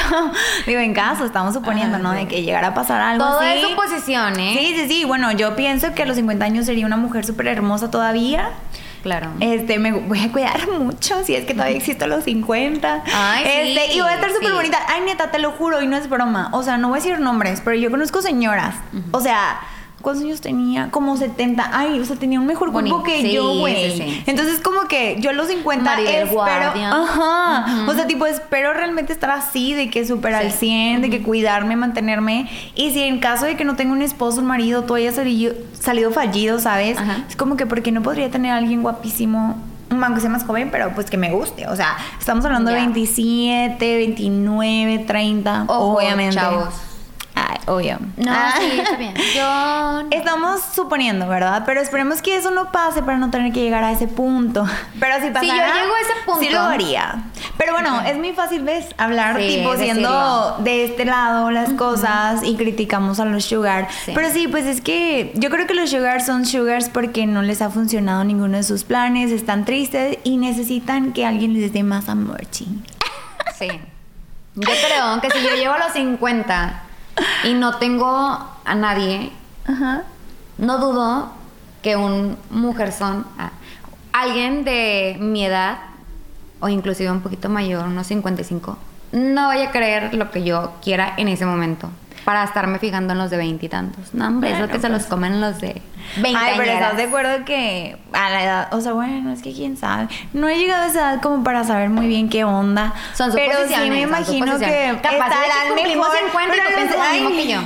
[SPEAKER 1] digo, en caso, estamos suponiendo,
[SPEAKER 2] Ajá,
[SPEAKER 1] ¿no?
[SPEAKER 2] sí.
[SPEAKER 1] De que llegara a pasar algo
[SPEAKER 2] Todo
[SPEAKER 1] así.
[SPEAKER 2] es suposición, ¿eh?
[SPEAKER 1] Sí, sí, sí. Bueno, yo pienso que a los 50 años sería una mujer súper hermosa todavía.
[SPEAKER 2] Claro.
[SPEAKER 1] Este, me voy a cuidar mucho, si es que todavía existo a los 50.
[SPEAKER 2] Ay, sí,
[SPEAKER 1] este, y voy a estar súper
[SPEAKER 2] sí.
[SPEAKER 1] bonita. Ay, neta, te lo juro, y no es broma. O sea, no voy a decir nombres, pero yo conozco señoras. O sea, ¿cuántos años tenía? Como 70. Ay, o sea, tenía un mejor cuerpo
[SPEAKER 2] Boni-
[SPEAKER 1] que
[SPEAKER 2] sí,
[SPEAKER 1] yo, güey.
[SPEAKER 2] sí, sí.
[SPEAKER 1] Entonces, como que yo a los 50
[SPEAKER 2] Maribel
[SPEAKER 1] espero.
[SPEAKER 2] Guardia.
[SPEAKER 1] Ajá.
[SPEAKER 2] Ujú.
[SPEAKER 1] O sea, tipo, espero realmente estar así, de que súper al
[SPEAKER 2] Sí.
[SPEAKER 1] 100, de que cuidarme, mantenerme. Y si en caso de que no tenga un esposo, un marido, todo haya salido, salido fallido, ¿sabes?
[SPEAKER 2] Ajá.
[SPEAKER 1] Es como que porque no podría tener a alguien guapísimo, un aunque sea más joven, pero pues que me guste. O sea, estamos hablando de
[SPEAKER 2] Ya.
[SPEAKER 1] 27, 29, 30,
[SPEAKER 2] Ojo,
[SPEAKER 1] obviamente.
[SPEAKER 2] chavos.
[SPEAKER 1] Ay, obvio.
[SPEAKER 2] No,
[SPEAKER 1] Ah.
[SPEAKER 2] sí, está bien. Yo.
[SPEAKER 1] Estamos suponiendo, ¿verdad? Pero esperemos que eso no pase para no tener que llegar a ese punto. Pero si pasara,
[SPEAKER 2] llego a ese punto.
[SPEAKER 1] sí lo haría. Pero bueno,
[SPEAKER 2] Ok.
[SPEAKER 1] es muy fácil, ¿ves? Hablar
[SPEAKER 2] Sí,
[SPEAKER 1] tipo siendo
[SPEAKER 2] decirlo.
[SPEAKER 1] de este lado las cosas y criticamos a los sugar.
[SPEAKER 2] Sí.
[SPEAKER 1] Pero sí, pues es que yo creo que los sugar son sugars porque no les ha funcionado ninguno de sus planes, están tristes y necesitan que alguien les dé más amor. chi.
[SPEAKER 2] Sí. Yo creo que si yo llevo a los 50 y no tengo a nadie,
[SPEAKER 1] Ajá.
[SPEAKER 2] no dudo que un mujerzón, ah, alguien de mi edad, o inclusive un poquito mayor, unos 55, no vaya a creer lo que yo quiera en ese momento. Para estarme fijando en los de veintitantos. No, hombre, es lo
[SPEAKER 1] Bueno, pues.
[SPEAKER 2] que se los comen los de
[SPEAKER 1] Ay, pero estás de
[SPEAKER 2] veinte.
[SPEAKER 1] acuerdo que a la edad, o sea, bueno, es que quién sabe. No he llegado a esa edad como para saber muy bien qué onda.
[SPEAKER 2] Son
[SPEAKER 1] pero sí
[SPEAKER 2] suposiciones,
[SPEAKER 1] me
[SPEAKER 2] son
[SPEAKER 1] imagino que
[SPEAKER 2] suposiciones. capaz de
[SPEAKER 1] estarán
[SPEAKER 2] que cumplimos
[SPEAKER 1] mejor,
[SPEAKER 2] 50 y
[SPEAKER 1] pero
[SPEAKER 2] tú
[SPEAKER 1] no
[SPEAKER 2] piensas
[SPEAKER 1] sé,
[SPEAKER 2] lo mismo
[SPEAKER 1] ay,
[SPEAKER 2] que yo.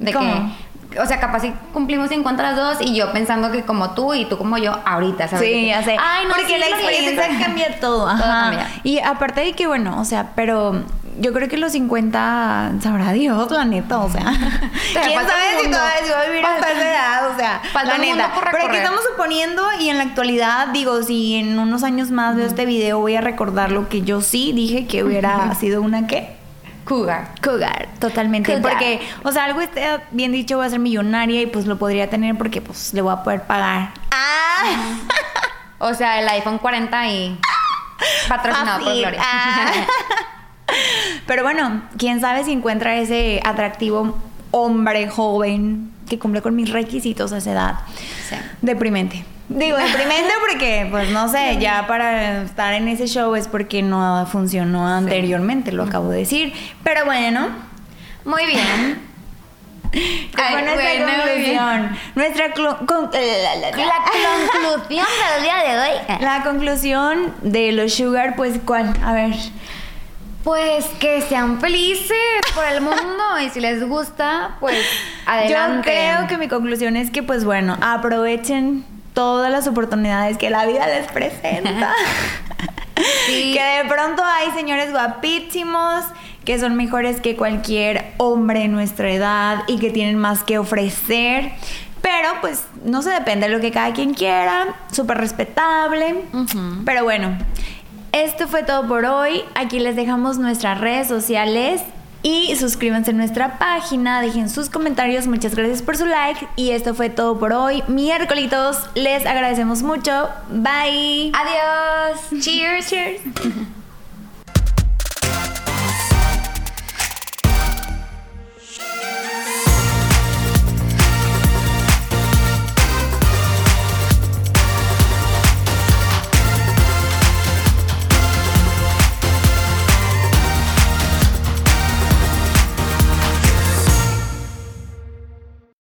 [SPEAKER 2] De
[SPEAKER 1] ¿cómo?
[SPEAKER 2] que o sea, capaz si cumplimos 50 las dos y yo pensando que como tú y tú como yo ahorita, ¿sabes? De
[SPEAKER 1] Sí,
[SPEAKER 2] que,
[SPEAKER 1] ya sé.
[SPEAKER 2] Ay, no,
[SPEAKER 1] Porque
[SPEAKER 2] sí,
[SPEAKER 1] la
[SPEAKER 2] lo
[SPEAKER 1] experiencia
[SPEAKER 2] siento".
[SPEAKER 1] cambia todo. Ajá.
[SPEAKER 2] cambia.
[SPEAKER 1] Y aparte de que, bueno, o sea, pero yo creo que los 50, sabrá Dios, la neta, o sea.
[SPEAKER 2] Pero
[SPEAKER 1] ¿Quién
[SPEAKER 2] falta
[SPEAKER 1] sabe
[SPEAKER 2] un
[SPEAKER 1] si
[SPEAKER 2] mundo.
[SPEAKER 1] todavía si voy a vivir hasta esa edad? O sea,
[SPEAKER 2] Falta
[SPEAKER 1] la
[SPEAKER 2] un mundo
[SPEAKER 1] neta.
[SPEAKER 2] por
[SPEAKER 1] pero aquí
[SPEAKER 2] recorrer.
[SPEAKER 1] estamos suponiendo y en la actualidad, digo, si en unos años más veo este video, voy a recordar lo que yo sí dije que hubiera sido una qué.
[SPEAKER 2] Cougar.
[SPEAKER 1] Cougar, totalmente.
[SPEAKER 2] Cougar.
[SPEAKER 1] Porque, o sea, algo esté bien dicho, voy a ser millonaria y pues lo podría tener porque pues le voy a poder pagar. ¡Ah!
[SPEAKER 2] O sea, el iPhone 40 y patrocinado por
[SPEAKER 1] Fácil.
[SPEAKER 2] Gloria.
[SPEAKER 1] Ah. Pero bueno, quién sabe si encuentra ese atractivo hombre joven que cumple con mis requisitos a esa edad.
[SPEAKER 2] Sí.
[SPEAKER 1] Deprimente. Digo, deprimente porque, pues no sé, ya para estar en ese show es porque no funcionó anteriormente, lo acabo de decir. Pero bueno,
[SPEAKER 2] Muy bien.
[SPEAKER 1] esa
[SPEAKER 2] Ay,
[SPEAKER 1] fue nuestra
[SPEAKER 2] bueno, muy bien.
[SPEAKER 1] conclusión. Nuestra clu- con- la- la- la-
[SPEAKER 2] La conclusión del día de hoy. eh,
[SPEAKER 1] la conclusión de los Sugar, pues, ¿cuál? A ver.
[SPEAKER 2] Pues que sean felices por el mundo y si les gusta, pues adelante.
[SPEAKER 1] Yo creo que mi conclusión es que, pues bueno, aprovechen todas las oportunidades que la vida les presenta.
[SPEAKER 2] Sí.
[SPEAKER 1] Que de pronto hay señores guapísimos que son mejores que cualquier hombre de nuestra edad y que tienen más que ofrecer. Pero pues no se depende de lo que cada quien quiera, súper respetable.
[SPEAKER 2] Ujú.
[SPEAKER 1] Pero bueno, esto fue todo por hoy. Aquí les dejamos nuestras redes sociales y suscríbanse a nuestra página, dejen sus comentarios, muchas gracias por su like y esto fue todo por hoy. Miércolitos, les agradecemos mucho. Bye.
[SPEAKER 2] Adiós. Cheers. Cheers.